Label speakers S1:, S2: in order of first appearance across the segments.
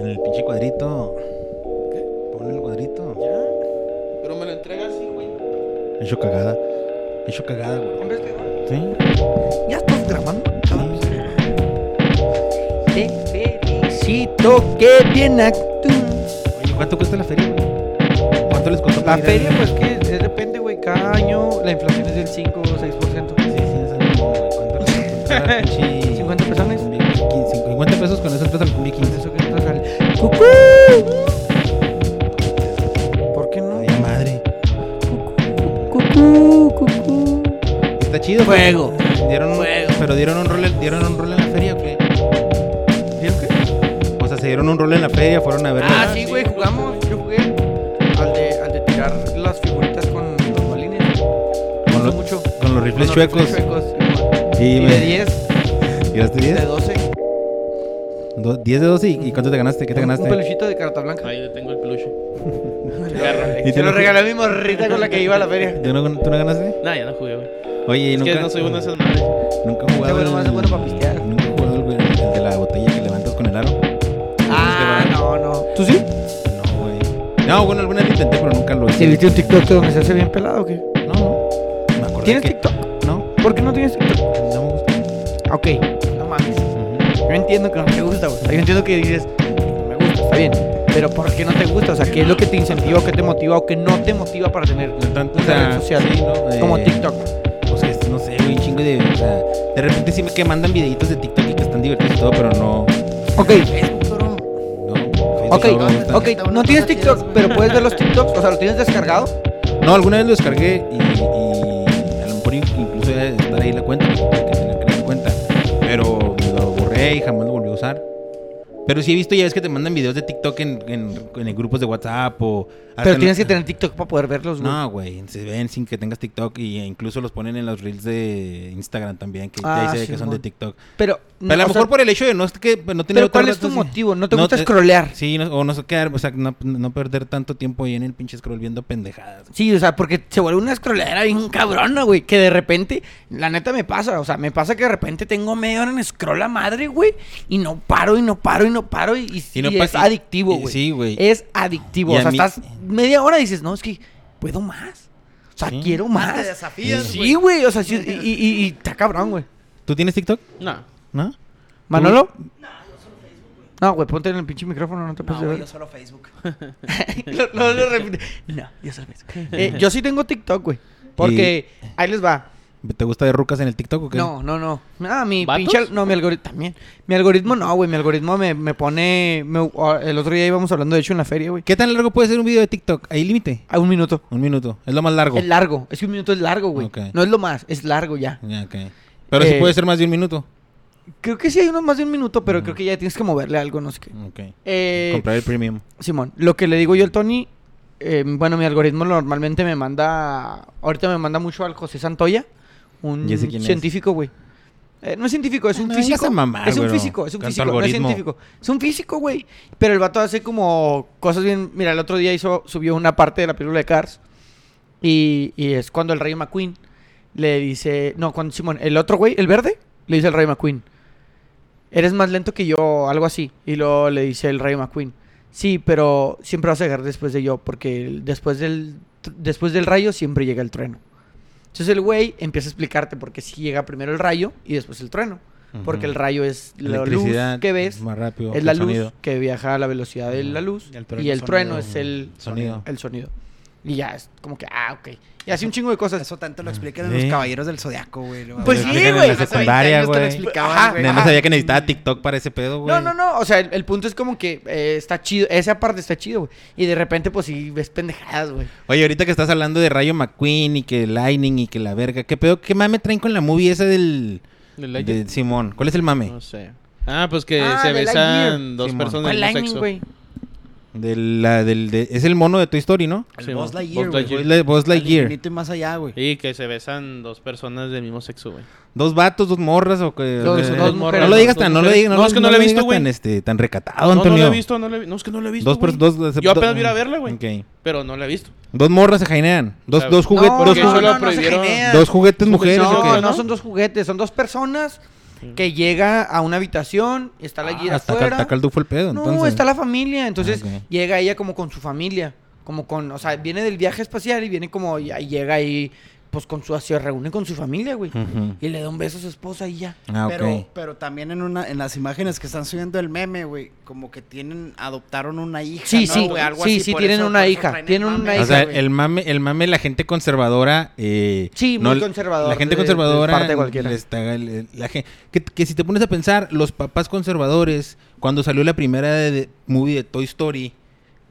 S1: en el pinche cuadrito. Pon el cuadrito.
S2: Ya. Pero me lo entrega así, güey.
S1: He hecho cagada. He hecho cagada, güey.
S2: ¿En vez de-
S1: ¿Sí? ¿Ya estás grabando?
S3: Te felicito, qué bien actúas.
S1: Oye, ¿cuánto cuesta la feria, güey? ¿Cuánto les costó
S3: La
S1: pedir
S3: feria,
S1: el-
S3: pues que de- depende, güey. Cada año la inflación es del 5 o 6%.
S1: Sí, sí, esa mamá, güey. ¿Cuánto les costó entrar al pinche-
S3: 50 pesones.
S1: Cumbia 15, 50 pesos con eso entras al cumbia 15.
S3: Eso que entras al- ¿Por qué no?
S1: Ay, madre.
S3: Cucú, cucú.
S1: Está chido.
S3: Fuego.
S1: pero Dieron,
S3: Fuego.
S1: Pero dieron un rol, dieron un rol en la feria, ¿o qué?
S3: ¿Vieron que?
S1: O sea, se dieron un rol en la feria, fueron a ver.
S3: Ah,
S2: Ah,
S3: sí,
S2: sí,
S3: güey,
S2: justo,
S3: jugamos. Yo jugué al de, al de tirar las figuritas con los balines.
S1: con, los,
S3: mucho.
S1: con los rifles chuecos.
S3: Y,
S1: Sí,
S3: de
S1: me-
S3: 10,
S1: ¿Tiraste
S3: de
S1: 10?
S3: 12.
S1: Do- 10 de 12 y, y ¿cuánto te ganaste? ¿Qué te
S3: Un- Un
S1: ganaste?
S3: peluchito de carta blanca.
S2: Ahí le tengo el peluche.
S1: Y
S3: Se
S1: te
S3: lo
S1: lo-
S3: regalé a mi morrita con la que iba a la feria.
S1: ¿Tú no, tú no ganaste?
S2: Nah, ya no jugué, güey.
S1: Oye, ¿y
S2: Es
S1: nunca,
S2: que no soy uno de esas madres.
S1: nunca he jugado.
S3: Este güey nomás es bueno para pistear.
S1: Nunca he jugado el, el- el de la botella que levantas con el aro.
S3: Ah, no, no. ¿Tú sí?
S1: No, güey. No, bueno, alguna vez lo intenté, pero nunca lo hice.
S3: ¿Te viste un TikTok donde se hace bien pelado o qué?
S1: No, no. Me acordé
S3: ¿Tienes
S1: que-
S3: TikTok?
S1: No,
S3: ¿Por qué no tienes TikTok?
S1: no me gusta.
S3: Ah, Ok, no mames. Yo entiendo que no te gusta, güey. O sea, Yo entiendo que dices, no me gusta, está bien. Pero ¿por qué no te gusta? O sea, ¿qué es lo que te incentiva, qué te motiva o qué no te motiva para tener
S1: No tanto,
S3: una
S1: o sea,
S3: red social?
S1: sí, no, eh,
S3: Como TikTok.
S1: Pues que no sé, güey, un chingo de. O sea, de repente sí me que mandan videitos de TikTok y que están divertidos y todo, pero no.
S3: Ok,
S1: No, Facebook
S3: ok,
S1: no me gusta.
S3: ok. No tienes TikTok, pero puedes ver los TikToks. O sea, ¿lo tienes descargado?
S1: No, alguna vez lo descargué y, y a lo mejor in- incluso debe de estar ahí la cuenta, pues, porque tuve que tener que crear cuenta. Pero lo borré y jamás lo volví a usar. Pero sí he visto, ya ves que te mandan videos de TikTok en, en- en grupos de WhatsApp o.
S3: Pero
S1: hacen-
S3: tienes que tener TikTok para poder verlos, güey.
S1: Ah, No, güey, se ven sin que tengas TikTok y e incluso los ponen en los reels de Instagram también, que
S3: Ah,
S1: ya dice que son de
S3: Simón.
S1: TikTok.
S3: Pero,
S1: Pero a lo
S3: o sea,
S1: mejor por el hecho de no, que, no tener
S3: ¿pero
S1: otro
S3: ¿cuál es
S1: rato
S3: tu
S1: así.
S3: motivo? ¿No te
S1: No,
S3: gusta
S1: eh,
S3: scrollear?
S1: Sí, no- o no so- quedar, o sea, no, no perder tanto tiempo ahí en el pinche scroll viendo pendejadas.
S3: Sí, o sea, porque se vuelve una scrollera bien cabrona, güey. Que de repente, la neta me pasa, o sea, me pasa que de repente tengo media hora en scroll a madre, güey. Y no paro, y no paro, y no paro. Y, y-
S1: Y no
S3: y
S1: pa-
S3: es
S1: y-
S3: adictivo,
S1: y-
S3: güey.
S1: sí, güey.
S3: Es adictivo.
S1: Y
S3: o
S1: a
S3: sea,
S1: mí-
S3: estás media hora y dices, no, es que puedo más. O sea,
S1: Sí.
S3: quiero
S2: Te
S3: más.
S2: desafías,
S3: Sí, güey. O sea, sí, y, y, y- y está cabrón, güey.
S1: ¿Tú tienes TikTok?
S2: Nah.
S1: ¿No?
S3: ¿Manolo? No, güey, ponte en el pinche micrófono, no te pases de ver.
S4: solo Facebook.
S3: no, no, no repite. No, yo solo pienso. Eh, yo sí tengo TikTok, güey. Porque ahí les va.
S1: ¿Te gusta de rucas en el TikTok o qué?
S3: No, no, no. Ah, mi
S2: ¿Vatos?
S3: pinche. al- No, mi algoritmo también. Mi algoritmo no, güey. Mi algoritmo me, me pone. me- o- el otro día íbamos hablando de hecho en la feria, güey.
S1: ¿Qué tan largo puede ser un video de TikTok? ¿Hay límite?
S3: A un minuto.
S1: Un minuto. Es lo más largo.
S3: Es largo. Es que un minuto es largo, güey.
S1: Ok.
S3: No es lo más. Es largo ya.
S1: Ya, ok. Pero sí
S3: Eh,
S1: puede ser más de un minuto.
S3: Creo que sí hay unos más de un minuto, pero
S1: Ujú.
S3: creo que ya tienes que moverle algo, no sé qué.
S1: Ok.
S3: Eh,
S1: Comprar el premium.
S3: Simón, lo que le digo yo al Tony, eh, bueno, mi algoritmo normalmente me manda, ahorita me manda mucho al José Santoya, un
S1: Ya sé quién es.
S3: científico, güey. Eh, no es científico, es
S1: Ah,
S3: un
S1: no vengas
S3: físico.
S1: a mamar,
S3: es un
S1: güero.
S3: físico, es un
S1: Con tu
S3: físico, no es
S1: algoritmo.
S3: científico. Es un físico, güey. Pero el vato hace como cosas bien. Mira, el otro día hizo, subió una parte de la película de Cars. Y, y es cuando el Rayo McQueen le dice. No, cuando Simón, el otro güey, el verde, le dice al Rayo McQueen. Eres más lento que yo, algo así. Y luego le dice el Rayo McQueen. Sí, pero siempre vas a llegar después de yo, porque el- después del, tr- después del rayo siempre llega el trueno. Entonces el güey empieza a explicarte por qué si llega primero el rayo y después el trueno. Porque el
S1: Ujú.
S3: rayo es la luz
S1: Electricidad,
S3: que ves,
S1: Más rápido.
S3: es la
S1: el
S3: luz
S1: sonido.
S3: que viaja a la velocidad de la luz
S4: Y el trueno
S3: y el
S4: sonido.
S3: trueno es el
S1: Sonido.
S3: el sonido. Y ya es como que, ah, ok. Y así un chingo de cosas.
S4: Eso tanto lo explican
S1: Sí.
S4: en los Caballeros del Zodiaco, güey. lo-
S3: Pues
S4: Hace
S3: sí,
S4: 20
S3: güey.
S1: En la
S4: años
S1: secundaria,
S4: te lo
S1: güey.
S4: explicaban,
S3: Ajá.
S4: güey.
S1: No, no sabía que necesitaba TikTok para ese pedo, güey.
S3: Ah, No, no, no. O sea, el, el punto es como que eh, está chido. Esa parte está chido, güey. Y de repente, pues sí, ves pendejadas, güey.
S1: Oye, ahorita que estás hablando de Rayo McQueen y que Lightning y que la verga, ¿qué pedo? ¿Qué mame traen con la movie esa del. de
S2: Del Lightyear.
S1: Simón? ¿Cuál es el mame?
S2: No sé. Ah, pues que
S3: Ah,
S2: se
S3: de Lightyear.
S2: besan dos
S1: Simón.
S2: personas
S3: ¿Cuál
S2: del mismo
S3: Lightning,
S2: sexo.
S3: güey?
S1: De la, del, de- es el mono de Toy Story, ¿no?
S4: El
S2: Sí,
S4: Buzz
S2: mo-
S4: Lightyear,
S2: Buzz
S4: güey.
S1: Buzz
S2: Lightyear.
S1: Li- Buzz
S4: Al
S1: Lightyear.
S4: infinito y más allá, güey.
S2: Y que se besan dos personas del mismo sexo, güey.
S1: Dos vatos, dos morras o que.
S3: Dos-
S1: eh,
S3: dos
S1: no
S3: mujeres,
S1: lo digas
S2: dos
S1: tan, no lo
S2: mujeres.
S1: digas, no,
S2: No, es que
S1: no
S2: no la he
S1: lo
S2: visto,
S1: digas
S2: güey.
S1: tan, este, tan recatado,
S2: No, no
S1: Antonio.
S2: la he visto, no la he visto. No, es que no la he visto.
S1: Dos, per-
S2: güey.
S1: dos,
S2: Yo
S1: dos-
S2: apenas vine a verla, güey.
S1: Ok.
S2: Pero no la he visto.
S1: Dos morras se jainean. Dos,
S2: sea,
S1: dos, juguet- dos,
S3: no,
S2: porque
S1: jugu-
S2: eso lo
S3: no, no se
S2: prohibieron.
S3: genera.
S1: dos juguetes mujeres.
S3: No,
S1: ¿o qué?
S3: no son dos juguetes, son dos personas que llega a una habitación, está la Gira
S1: Ah, hasta, acá-
S3: afuera.
S1: hasta acá el Dufo el pedo,
S3: No,
S1: entonces.
S3: está la familia. Entonces
S1: Ah, ok.
S3: llega ella como con su familia. Como con, o sea, viene del viaje espacial y viene como, y ahí llega ahí, pues con su, se reúne con su familia, güey.
S1: Ujú.
S3: Y le da un beso a su esposa y ya.
S1: Ah, ok.
S4: pero, pero también en una, en las imágenes que están subiendo el meme, güey, como que tienen, adoptaron una hija.
S3: Sí,
S4: ¿no,
S3: sí,
S4: güey? Algo
S3: sí,
S4: así,
S3: sí,
S4: por
S3: tienen
S4: eso-
S3: una
S4: por eso
S3: hija,
S4: traen el
S3: tienen
S4: mame,
S3: una
S4: güey.
S1: O
S3: hija,
S1: sea,
S3: güey.
S1: el mame, el mame, la gente conservadora. eh,
S3: Sí, muy conservadora,
S1: La gente
S3: de- de
S1: conservadora.
S3: parte de cualquiera.
S1: les taga el- el- la gen- que, que si te pones a pensar, los papás conservadores, cuando salió la primera de- de- movie de Toy Story,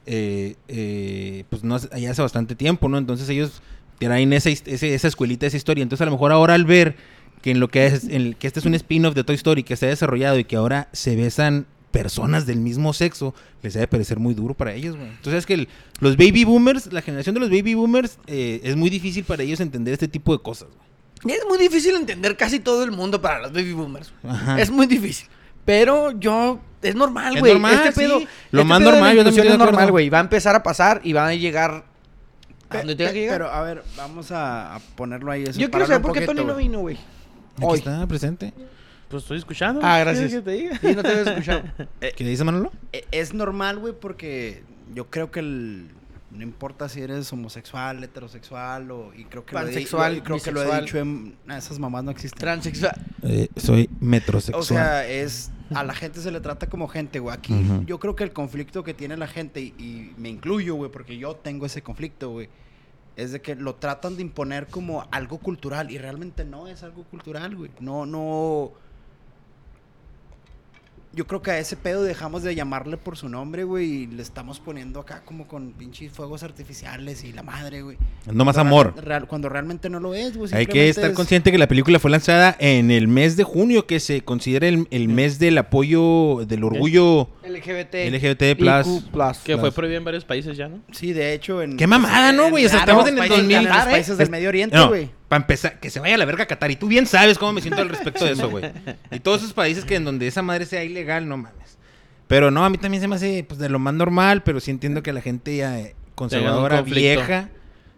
S1: eh, eh, pues no hace, ya hace bastante tiempo, ¿no? Entonces ellos traen esa, his- ese- esa escuelita, esa historia. Entonces a lo mejor ahora al ver que en lo que es, en- que este es un spin-off de Toy Story que se ha desarrollado y que ahora se besan personas del mismo sexo, les ha de parecer muy duro para ellos, güey. Entonces es que el- los baby boomers, la generación de los baby boomers, eh, es muy difícil para ellos entender este tipo de cosas, güey.
S3: Y Es muy difícil entender casi todo el mundo para los baby boomers.
S1: Ajá.
S3: Es muy difícil. Pero yo. Es normal,
S1: Es
S3: güey.
S1: normal,
S3: este pedo.
S1: sí. Lo
S3: este
S1: más
S3: pedo
S1: normal, yo
S3: de la
S1: también
S3: inclusión
S1: estoy de
S3: es normal,
S1: acuerdo.
S3: güey. Va a empezar a pasar y va a llegar a
S4: Pe-
S3: donde tenga
S4: pe-
S3: que llegar.
S4: Pero, a ver, vamos a, a ponerlo ahí. eso,
S3: yo quiero
S4: pararlo
S3: saber
S4: un
S3: por qué
S4: poquito,
S3: Tony no
S4: güey.
S3: vino, güey.
S1: Aquí
S3: Hoy.
S1: está presente.
S2: Pues estoy escuchando.
S3: Ah,
S2: ¿qué
S3: gracias.
S2: quieres que te diga?
S3: Y no te habías escuchado.
S1: ¿Qué dice Manolo?
S4: E- Es normal, güey, porque yo creo que el... No importa si eres homosexual, heterosexual o... Y creo que lo he di-
S3: Pansexual,
S4: lo- y creo que lo he
S3: bisexual.
S4: dicho en... ah, Esas mamás no existen.
S3: Transexual.
S1: Eh, soy metrosexual.
S4: O sea, es a la gente se le trata como gente, güey. Aquí
S1: Ujú.
S4: yo creo que el conflicto que tiene la gente, y, y me incluyo, güey, porque yo tengo ese conflicto, güey, es de que lo tratan de imponer como algo cultural y realmente no es algo cultural, güey. No, no. Yo creo que a ese pedo dejamos de llamarle por su nombre, güey, y le estamos poniendo acá como con pinches fuegos artificiales y la madre, güey.
S1: no más
S4: Cuando
S1: amor.
S4: real- real- cuando realmente no lo es, güey.
S1: Hay que
S4: simplemente
S1: estar
S4: es-
S1: consciente que la película fue lanzada en el mes de junio, que se considera el, el mes del apoyo, del orgullo
S3: LGBT.
S1: LGBT+.
S3: IQ+.
S2: Que
S1: Las-
S2: fue prohibido en varios países ya, ¿no?
S4: Sí, de hecho, en.
S1: ¡Qué mamada, no, güey! O sea,
S4: raros
S1: estamos en el
S4: países,
S1: 2000.
S4: En los países del
S1: Es-
S4: Medio Oriente,
S1: No,
S4: güey.
S1: para empezar, que se vaya a la verga Qatar. Y tú bien sabes cómo me siento al respecto de eso, güey. Y todos esos países que en donde esa madre sea ilegal, no mames. Pero no, a mí también se me hace pues, de lo más normal, pero sí entiendo que la gente ya eh, conservadora,
S2: conflicto.
S1: vieja,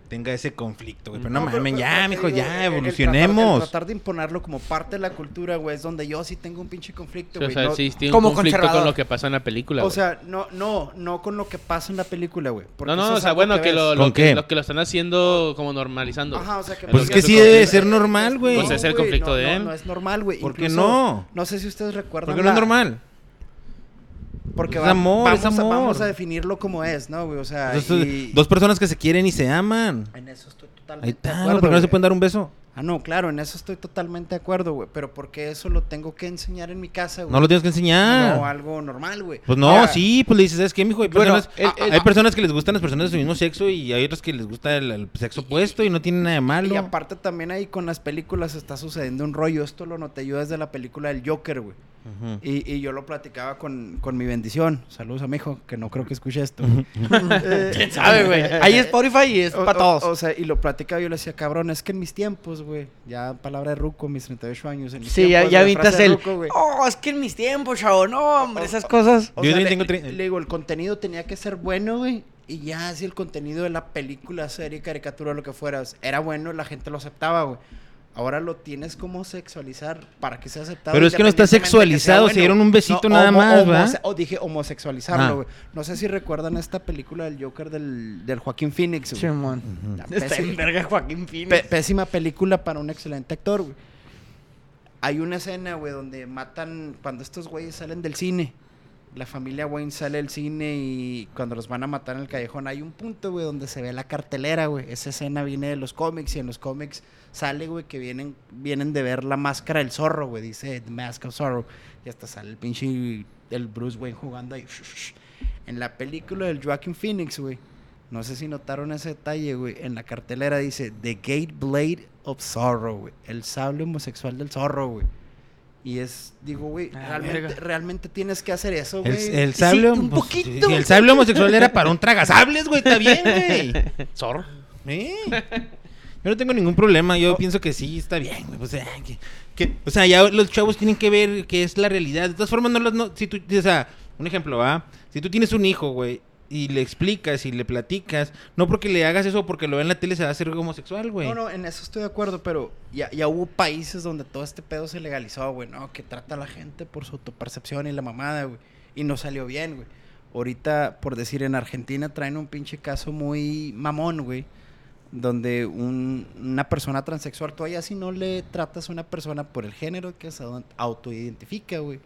S1: tenga ese conflicto, güey. Pero no,
S4: pero-
S1: mames,
S4: pero-
S1: ya,
S4: pero te
S1: mijo,
S4: digo, el-
S1: ya,
S4: el tratar- El
S1: evolucionemos.
S4: tratar de imponerlo como parte de la cultura, güey, es donde yo sí tengo un pinche conflicto,
S2: o
S4: güey.
S2: sea,
S4: no,
S2: sí, tiene
S3: como
S2: un conflicto con
S3: conservador.
S2: lo que pasa en la película.
S4: o
S2: güey.
S4: sea, no, no, no con lo que pasa en la película, güey. porque
S2: no, no,
S4: eso
S2: o
S4: es
S2: sea,
S4: algo
S2: bueno, que,
S4: ves.
S2: lo,
S1: ¿Con
S2: lo que,
S1: qué?
S2: lo que lo están haciendo como normalizando. güey.
S4: Ajá, o sea, que.
S1: Pues es
S2: lo
S1: que
S2: se
S1: sí
S2: considera-
S1: debe de ser normal, güey.
S2: Pues es el
S4: güey,
S2: conflicto
S4: no,
S2: de
S4: no,
S2: él.
S4: No, es normal, güey.
S1: ¿Por qué
S4: Incluso,
S1: no?
S4: No sé si ustedes recuerdan.
S1: Porque no es
S4: la-
S1: normal.
S4: Porque
S1: Es
S4: va-
S1: amor, es
S4: vamos, a-
S1: amor.
S4: vamos a definirlo como es, ¿no, güey? O sea,
S1: Entonces,
S4: y-
S1: Dos personas que se quieren y se aman.
S4: en eso estoy totalmente.
S1: Ahí
S4: de
S1: está,
S4: acuerdo,
S1: ¿por qué no se
S4: güey.
S1: pueden dar un beso?
S4: Ah, no, claro, en eso estoy totalmente de acuerdo, güey. Pero porque eso lo tengo que enseñar en mi casa, güey.
S1: No lo tienes que enseñar.
S4: No, algo normal, güey.
S1: Pues no,
S4: Ahora,
S1: sí, pues le dices, ¿sabes qué, mijo? Hay
S3: Bueno,
S1: personas,
S3: el- el-
S1: hay personas que les gustan las personas de su mismo sexo y hay otras que les gusta el, el sexo opuesto y no tienen nada de malo.
S4: Y aparte también ahí con las películas está sucediendo un rollo. Esto lo noté yo desde la película del Joker, güey.
S1: Ujú.
S4: Y, y yo lo platicaba con, con mi bendición. Saludos a mi hijo, que no creo que escuche esto.
S3: ¿Quién sabe, güey? Ahí es Spotify y es
S4: Eh, O-
S3: para
S4: o-
S3: todos.
S4: O, sea, y lo platicaba yo le decía, cabrón, es que en mis tiempos, güey. Ya palabra de ruco, mis 38 años. En mis
S3: sí, ya,
S4: tiempos,
S3: ya
S4: güey,
S3: evitas
S4: frase de
S3: el...
S4: ruco, güey.
S3: oh, es que en mis tiempos, chavo. No, hombre, esas cosas...
S4: O
S1: Yo
S4: sea,
S1: también
S4: le,
S1: tengo tre-
S4: le digo, el contenido tenía que ser bueno, güey. Y ya si el contenido de la película, serie, caricatura, lo que fueras, era bueno, la gente lo aceptaba, güey. Ahora lo tienes como sexualizar para que sea aceptado.
S1: Pero es que no está
S4: independientemente de que sea
S1: sexualizado, se dieron un besito nada más, ¿verdad?
S4: O dije homosexualizarlo,
S1: Ah.
S4: güey. No sé si recuerdan esta película del Joker del, del Joaquín Phoenix, güey.
S3: Simón.
S1: Ujú.
S4: La
S3: Está
S4: pésima-
S3: en verga Joaquín Phoenix.
S4: Pe- pésima película para un excelente actor, güey. Hay una escena, güey, donde matan cuando estos güeyes salen del cine. La familia Wayne sale del cine y cuando los van a matar en el callejón hay un punto, güey, donde se ve la cartelera, güey. Esa escena viene de los cómics y en los cómics sale, güey, que vienen, vienen de ver la máscara del zorro, güey. Dice The Mask of Zorro. Y hasta sale el pinche el Bruce Wayne jugando ahí. En la película del Joaquin Phoenix, güey. No sé si notaron ese detalle, güey. En la cartelera dice The Gate Blade of Zorro, güey. El sable homosexual del zorro, güey. Y es, digo, güey,
S3: Ah,
S4: realmente,
S3: verga.
S4: realmente tienes que hacer eso,
S1: El,
S4: güey.
S1: el sable,
S3: Sí, un
S1: pues,
S3: poquito.
S1: sí, el sable homosexual era para un tragasables, güey, está bien, güey.
S2: Zorro.
S1: Sí. Yo no tengo ningún problema, yo pienso que sí, está bien, güey. O sea, que, que- o sea, ya los chavos tienen que ver qué es la realidad. De todas formas, no los... No, si tú, o sea, un ejemplo, ¿va? Si tú tienes un hijo, güey, y le explicas y le platicas. No porque le hagas eso porque lo ve en la tele se va a hacer homosexual, güey.
S4: No, no, en eso estoy de acuerdo, pero ya, ya hubo países donde todo este pedo se legalizó, güey, ¿no? Que trata a la gente por su autopercepción y la mamada, güey. Y no salió bien, güey. Ahorita, por decir, en Argentina traen un pinche caso muy mamón, güey. Donde un- una persona transexual, tú allá si no le tratas a una persona por el género que se au- autoidentifica, güey.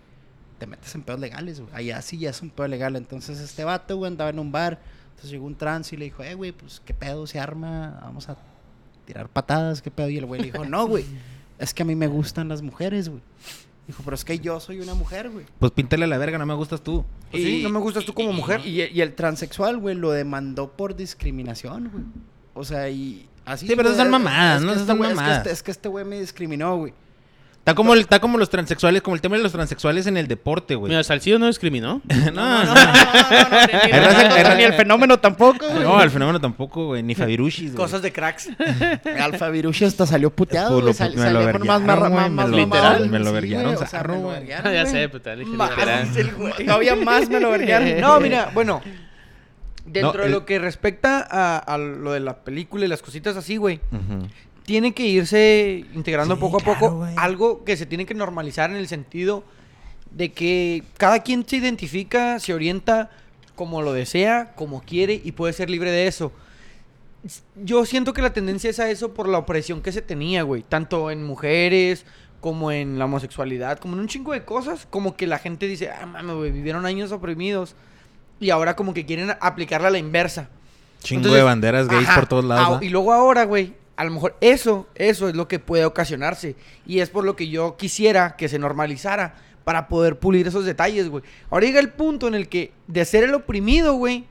S4: Te metes en pedos legales, güey. Allá sí ya es un pedo legal. Entonces este vato, güey, andaba en un bar. Entonces llegó un trans y le dijo, eh, güey, pues qué pedo, se arma, vamos a tirar patadas, qué pedo. Y el güey le dijo, no, güey, es que a mí me gustan las mujeres, güey. Dijo, pero es que yo soy una mujer, güey.
S1: Pues píntale a la verga, no me gustas tú.
S3: Pues sí, no me gustas tú como mujer.
S4: Y, y el transexual, güey, lo demandó por discriminación, güey. O sea, y así.
S1: Sí, pero esas
S4: güey,
S1: son mamadas,
S4: es
S1: ¿no?
S4: que
S1: Esas
S4: este
S1: son
S4: güey- es que
S1: mamadas.
S4: este- Es que este güey me discriminó, güey.
S1: Está como, el- está como los transexuales, como el tema de los transexuales en el deporte, güey.
S2: Mira, Salcido no discriminó.
S1: no, no,
S4: No, no, no, no, no, ni-
S1: Hay raza- hay
S4: ni-
S1: raza-
S4: Ni el fenómeno tampoco, güey.
S1: No, el fenómeno tampoco, güey. Ni Fabirushis, güey.
S3: Cosas de cracks.
S4: Alfa Virushi hasta salió puteado,
S1: Puro
S4: güey.
S1: pu-
S4: Sal-
S1: me
S4: salió
S1: lo
S4: con más
S1: verguearon,
S4: marra-
S1: güey,
S4: más
S1: me lo-
S4: mamadón,
S1: me lo
S4: sí,
S1: verguearon,
S4: güey, o sea, me
S1: zarro,
S4: lo
S1: güey.
S4: verguearon,
S2: ya
S4: güey.
S2: sé, pues te dije
S3: Más.
S2: literal.
S4: El güey- Todavía más me lo verguearon.
S3: No, mira, bueno. Dentro
S1: No,
S3: de
S1: el-
S3: lo que respecta a, a lo de la película y las cositas así, güey.
S1: Ujú.
S3: Tiene que irse integrando
S1: Sí,
S3: poco a
S1: claro,
S3: poco
S1: güey.
S3: algo que se tiene que normalizar en el sentido de que cada quien se identifica, se orienta como lo desea, como quiere y puede ser libre de eso. S- Yo siento que la tendencia es a eso por la opresión que se tenía, güey. Tanto en mujeres, como en la homosexualidad, como en un chingo de cosas. Como que la gente dice, ah, mames, güey, vivieron años oprimidos. Y ahora como que quieren aplicarla a la inversa.
S1: Chingo
S3: Entonces,
S1: de banderas gays
S3: ajá,
S1: por todos lados.
S3: ah,
S1: ¿va?
S3: y luego ahora, güey, a lo mejor eso, eso es lo que puede ocasionarse. Y es por lo que yo quisiera que se normalizara para poder pulir esos detalles, güey. Ahora llega el punto en el que de ser el oprimido, güey,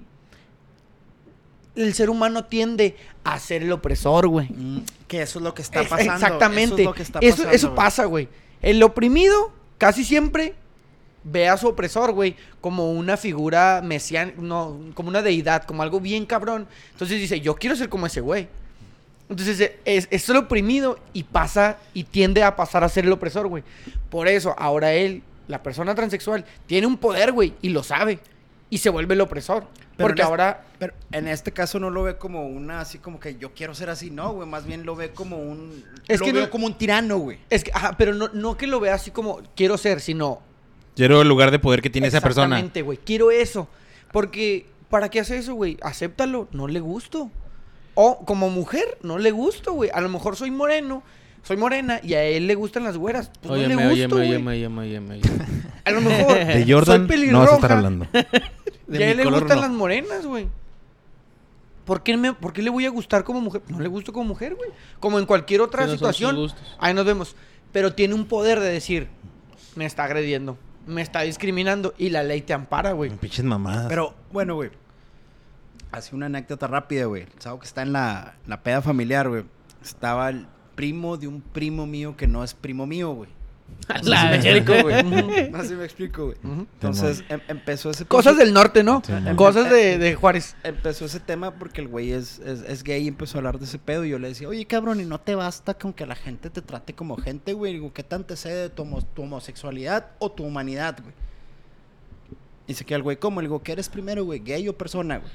S3: el ser humano tiende a ser el opresor, güey.
S4: Mm, Que eso es lo que está
S3: Es-
S4: pasando.
S3: Eh, Exactamente.
S4: Eso es lo que está
S3: Eso-
S4: pasando.
S3: eso
S4: güey.
S3: pasa, güey. El oprimido casi siempre ve a su opresor, güey, como una figura mesiánica, no, como una deidad, como algo bien cabrón. Entonces dice, yo quiero ser como ese güey. Entonces eh, es, es el oprimido y pasa y tiende a pasar a ser el opresor, güey. Por eso ahora él, la persona transexual, tiene un poder, güey, y lo sabe. Y se vuelve el opresor.
S4: Pero
S3: porque
S4: en es-
S3: ahora...
S4: Pero en este caso no lo ve como una así como que yo quiero ser así, no, güey, más bien lo ve como un
S3: Es
S4: lo
S3: que
S4: veo
S3: no-
S4: como un tirano, güey.
S3: Es que, ajá, pero no, no que lo vea así como quiero ser, sino
S1: Quiero el lugar de poder que tiene esa persona.
S3: Exactamente, güey. Quiero eso. Porque, ¿para qué hace eso, güey? Acéptalo. No le gusto. O, como mujer, no le gusto, güey. A lo mejor soy moreno, soy morena y a él le gustan las güeras. Pues no le
S2: Óyeme,
S3: gusto,
S2: óyeme,
S3: güey.
S2: óyeme, óyeme, óyeme, óyeme.
S3: A lo mejor
S1: De Jordan
S3: soy
S1: no
S3: pelirroja
S1: vas a estar hablando.
S3: y a él le gustan
S2: no.
S3: las morenas, güey. ¿Por qué, me- por qué le voy a gustar como mujer? No le gusto como mujer, güey. Como en cualquier otra
S2: Que no son sus
S3: situación.
S2: gustos.
S3: Ahí nos vemos. Pero tiene un poder de decir, me está agrediendo, me está discriminando y la ley te ampara, güey.
S1: Pinches mamadas.
S4: Pero bueno, güey. Así una anécdota rápida, güey. El sábado que está en la, la peda familiar, güey. Estaba el primo de un primo mío que no es primo mío, güey.
S2: La verga.
S4: güey. No sé si me explico, güey.
S2: Mm.
S3: Ujú.
S4: Entonces em- empezó ese
S3: Cosas
S4: pinche-
S3: del norte, ¿no?
S1: Sí, man.
S3: Cosas de, de Juárez.
S4: empezó ese tema porque el güey es, es, es gay y empezó a hablar de ese pedo. Y yo le decía, oye, cabrón, ¿y no te basta con que la gente te trate como gente, güey? Digo, ¿qué tan te cede tu, homo- tu homosexualidad o tu humanidad, güey? Y se queda el güey, ¿cómo? Le digo, ¿qué eres primero, güey? ¿Gay o persona, güey?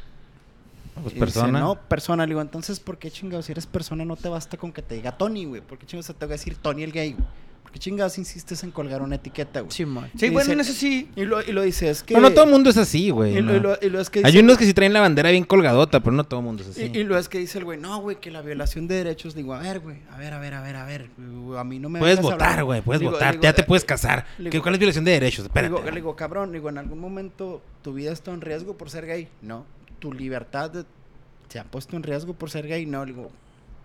S1: Pues
S4: Y dice,
S1: persona.
S4: no, persona. Le digo, entonces, ¿por qué chingados? Si eres persona, no te basta con que te diga Tony, güey. ¿Por qué chingados te tengo que decir Tony el gay, güey? ¿Por qué chingados insistes en colgar una etiqueta, güey?
S3: Sí, man.
S4: Y
S3: Sí, bueno,
S4: dice-
S3: en eso sí.
S4: Y lo, y lo dice, es que...
S1: No, no todo el mundo es así, güey.
S4: y lo- y
S1: no.
S4: lo- y lo es que
S1: Hay
S4: dice-
S1: unos que sí traen la bandera bien colgadota, pero no todo el mundo es así.
S4: Y, y lo es que dice el güey, no, güey, que la violación de derechos, digo, a ver, güey, a ver, a ver, a ver, a ver, güey, a mí no me
S1: Puedes
S4: vengas a hablar".
S1: votar, güey, puedes
S4: Digo,
S1: votar,
S4: digo,
S1: ya te
S4: eh,
S1: puedes casar.
S4: digo-
S1: ¿Qué- ¿Cuál es violación de derechos? Espérate.
S4: Digo, le digo, cabrón, digo, en algún momento tu vida está en riesgo por ser gay, no, tu libertad de- se ha puesto en riesgo por ser gay, no, digo,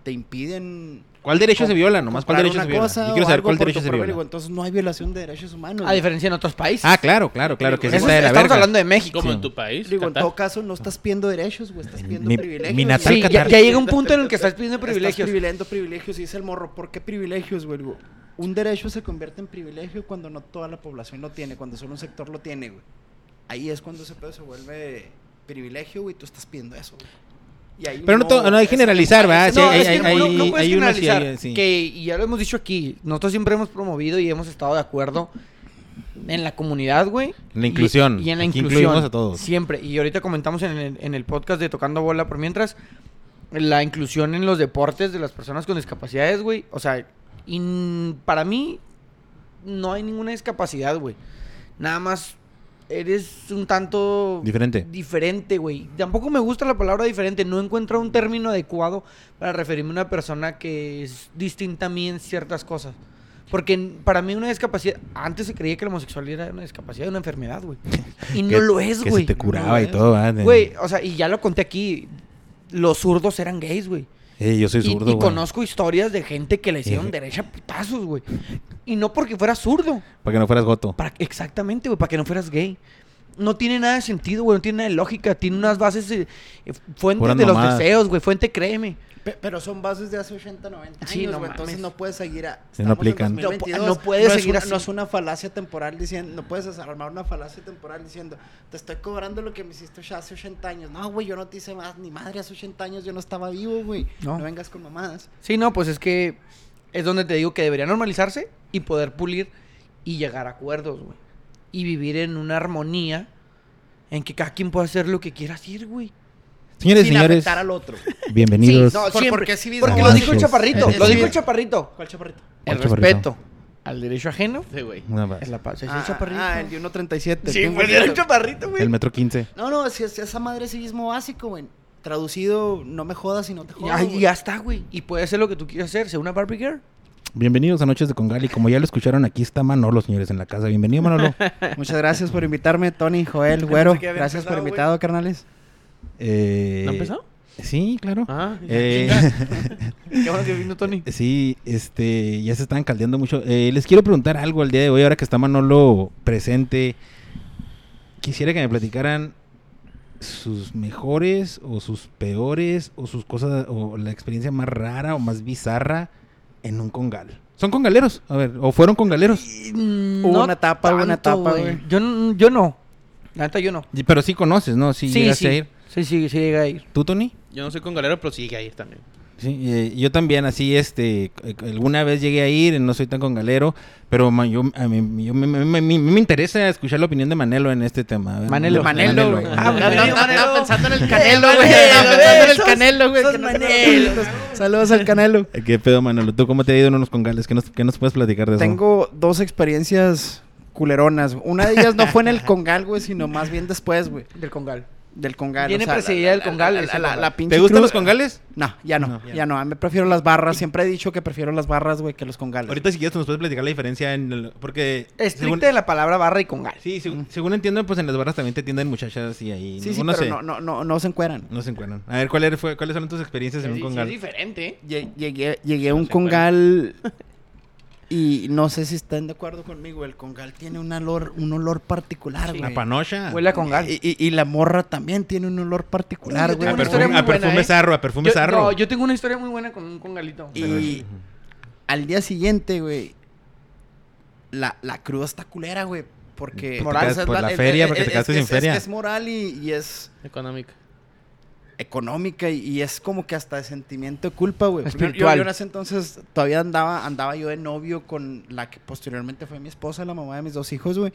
S4: te impiden
S1: ¿Cuál derecho
S4: com-
S1: se viola? Nomás, ¿cuál
S4: comprar
S1: derecho
S4: una
S1: se viola?
S4: cosa
S1: Yo
S4: o
S1: quiero saber
S4: algo
S1: cuál
S4: por tu
S1: derecho se
S4: propio,
S1: viola.
S4: digo, entonces no hay violación de derechos humanos.
S3: A
S4: güey.
S3: diferencia en otros países.
S1: Ah, claro, claro, claro, que sí
S3: Eso-
S1: está de la
S3: estamos
S1: verga.
S3: hablando de México.
S2: Como
S1: Sí.
S2: en tu país.
S4: Digo, en
S2: Qatar.
S4: todo caso no estás pidiendo derechos, güey, estás pidiendo
S1: Mi-
S4: privilegios.
S1: mi
S4: güey.
S1: natal
S3: Sí, ya,
S1: Qatar.
S3: ya llega un punto en el que estás pidiendo
S4: Estás
S3: privilegios.
S4: privilegiando privilegios y dice el morro, ¿por qué privilegios, güey? Digo, Un derecho se convierte en privilegio cuando no toda la población lo tiene, cuando solo un sector lo tiene, güey. Ahí es cuando ese pedo se vuelve privilegio, güey, tú estás pidiendo eso. güey. Y ahí
S1: Pero no, todo- no hay
S4: es-
S1: que generalizar, ¿verdad? Sí,
S3: No,
S1: hay,
S3: es que
S1: hay,
S3: no-
S1: hay-
S3: no puedes
S1: hay unos sí,
S3: generalizar,
S1: hay- sí.
S3: Que y ya lo hemos dicho aquí, nosotros siempre hemos promovido y hemos estado de acuerdo en la comunidad, güey.
S1: En la inclusión.
S3: Y, y en la
S1: Aquí
S3: inclusión.
S1: incluimos a todos.
S3: Siempre. Y ahorita comentamos en el, en el podcast de Tocando Bola por mientras, la inclusión en los deportes de las personas con discapacidades, güey. O sea, in- para mí no hay ninguna discapacidad, güey. Nada más eres un tanto...
S1: Diferente.
S3: Diferente, güey. Tampoco me gusta la palabra diferente. No encuentro un término adecuado para referirme a una persona que es distinta a mí en ciertas cosas. Porque n- para mí una discapacidad... Antes se creía que la homosexualidad era una discapacidad, una enfermedad, güey. Y no
S1: Que-
S3: lo es,
S1: que
S3: güey.
S1: se te
S3: No
S1: curaba
S3: lo
S1: y
S3: es.
S1: todo, ¿verdad?
S3: Güey, o sea, y ya lo conté aquí. Los zurdos eran gays, güey.
S1: Eh, yo soy
S3: Y,
S1: zurdo,
S3: y
S1: güey. Eh.
S3: conozco historias de gente que le hicieron
S1: Eje.
S3: derecha a putazos, güey. Y no porque fuera zurdo.
S1: Para que no fueras goto.
S3: Para, exactamente, güey, para que no fueras gay. No tiene nada de sentido, güey, no tiene nada de lógica. Tiene unas bases, eh, eh, fuentes
S1: Puras
S3: de
S1: mamadas.
S3: los deseos, güey, fuente créeme.
S4: Pe- Pero son bases de hace 80, 90 años,
S3: Sí, no
S4: güey, entonces
S3: mames.
S4: no puedes seguir a...
S1: Sí, no
S4: estamos en
S1: aplican. No pu-
S4: 2022,
S3: no puedes
S4: es
S3: seguir
S4: una-
S3: así.
S4: No es una falacia temporal diciendo... No puedes desarmar una falacia temporal diciendo... Te estoy cobrando lo que me hiciste ya hace 80 años. No, güey, yo no te hice más ni madre hace 80 años. Yo no estaba vivo, güey.
S3: No.
S4: No. vengas con mamadas.
S3: Sí, no, pues es que es donde te digo que debería normalizarse y poder pulir y llegar a acuerdos, güey. Y vivir en una armonía en que cada quien pueda hacer lo que quiera hacer, güey.
S1: Señores y
S4: Sin
S1: señores,
S4: afectar al otro.
S1: bienvenidos.
S3: Sí, no,
S4: Por-
S3: siempre.
S4: porque sí mismo-
S3: Porque lo dijo el
S1: Gracias.
S3: chaparrito,
S1: Eh,
S3: lo
S1: sí.
S3: dijo el chaparrito.
S4: ¿Cuál chaparrito?
S3: El
S1: ¿Cuál chaparrito?
S3: respeto al derecho ajeno
S2: Sí, güey.
S1: Una pa-
S3: es la paz. ¿Es
S4: Ah,
S3: el chaparrito?
S4: Ah, el de 1.37.
S3: sí,
S4: tú,
S3: pues
S4: güey.
S3: era el chaparrito, güey.
S1: el metro 15.
S4: No, no, es, es- esa madre es civismo básico, güey. Traducido, no me jodas y no te
S3: Y
S4: jodas.
S3: ahí
S4: güey.
S3: ya está, güey. Y puede hacer lo que tú quieras hacer, ser una Barbie Girl.
S1: Bienvenidos a Noches de Congali. Como ya lo escucharon, aquí está Manolo, señores, en la casa. Bienvenido, Manolo.
S4: Muchas gracias por invitarme, Tony, Joel, Güero.
S3: que había
S4: Gracias por
S3: empezado,
S4: invitado, carnales.
S1: Eh,
S2: ¿No empezó?
S1: Sí, claro.
S2: Ah,
S1: Eh,
S3: Qué bueno que vino Tony.
S1: sí, este, ya se están caldeando mucho. Eh, les quiero preguntar algo al día de hoy, ahora que está Manolo presente. Quisiera que me platicaran sus mejores o sus peores o sus cosas o la experiencia más rara o más bizarra en un congal. ¿Son congaleros? A ver, ¿o fueron congaleros?
S3: Hubo
S4: una etapa, hubo una etapa, güey.
S3: Yo, n- yo no. La neta, yo no.
S1: Y- Pero sí conoces, ¿no? Sí, llegaste a ir.
S3: Sí, sí, sí, llega a ir.
S1: ¿Tú, Tony?
S2: Yo no soy con galero, pero sí ahí también.
S1: Sí, eh, yo también así, este, eh, alguna vez llegué a ir, no soy tan congalero, pero ma- yo, a mí, yo me, me- me- me- me interesa escuchar la opinión de Manelo en este tema. ¿verdad?
S3: Manelo.
S4: Manelo, güey.
S3: Ah,
S4: Estaba-
S3: Manelo,
S4: estaba-
S3: Manelo.
S4: estaba pensando en el Canelo, güey.
S3: Manelo,
S4: Estaba pensando en el
S3: esos-
S4: Canelo, güey.
S3: esos
S4: que no-
S3: Manelos.
S4: Saludos al Canelo.
S1: Eh, ¿Qué pedo, Manelo? ¿Tú cómo te ha ido en unos congales? ¿Qué nos, qué nos puedes platicar de eso?
S4: Tengo dos experiencias culeronas. Una de ellas no fue en el Congal, güey, sino más bien después, güey,
S3: Del Congal.
S4: del Congal.
S3: Viene
S4: o sea,
S3: precedida
S4: la-
S3: del
S4: la-
S3: Congal,
S4: la-
S3: ese
S4: la- la-
S3: Congal.
S4: la
S1: ¿Te
S4: pinche
S1: gustan
S4: cruda-
S1: los congales?
S4: No, ya no,
S1: No.
S4: ya no. Me prefiero las barras. Siempre he dicho que prefiero las barras, güey, que los Congales.
S1: Ahorita si quieres nos puedes platicar la diferencia en el- porque...
S3: Estricta
S1: según-
S3: de la palabra barra y Congal.
S1: Sí, seg- según entiendo, pues en las barras también te tienden muchachas y ahí...
S4: sí, sí,
S1: uno
S4: pero
S1: se-
S4: no, no, no, no se encueran.
S1: no se encuentran. A ver, ¿cuál era- fue- ¿cuáles fueron tus experiencias en un congal?
S3: diferente.
S4: Lle- Llegué, llegué a un congal y no sé si están de acuerdo conmigo. El congal tiene un olor, un olor particular,
S3: Sí.
S1: ¿La
S4: güey.
S1: panocha?
S3: Ah, Huele a Congal.
S4: Y, y- y la morra también tiene un olor particular,
S3: Yo
S4: güey.
S3: tengo
S1: A
S3: una
S1: perfume,
S3: historia muy
S1: a perfume
S3: buena, ¿eh?
S1: zarro, a perfume
S3: Yo,
S1: zarro.
S3: no, yo tengo una historia muy buena con un Congalito.
S4: Y al día siguiente, güey, la, la cruda está culera, güey. Porque...
S1: Por la-
S4: o sea, es
S1: por la
S4: es-
S1: feria,
S4: es-
S1: porque te
S4: es-
S1: quedaste
S4: es-
S1: sin
S4: es-
S1: feria.
S4: Es, que es moral y, y es
S2: Económica.
S4: económica y, y es como que hasta de sentimiento de culpa, güey. Porque Yo, yo,
S3: Espiritual.
S4: en ese entonces todavía andaba, andaba yo de novio con la que posteriormente fue mi esposa, la mamá de mis dos hijos, güey.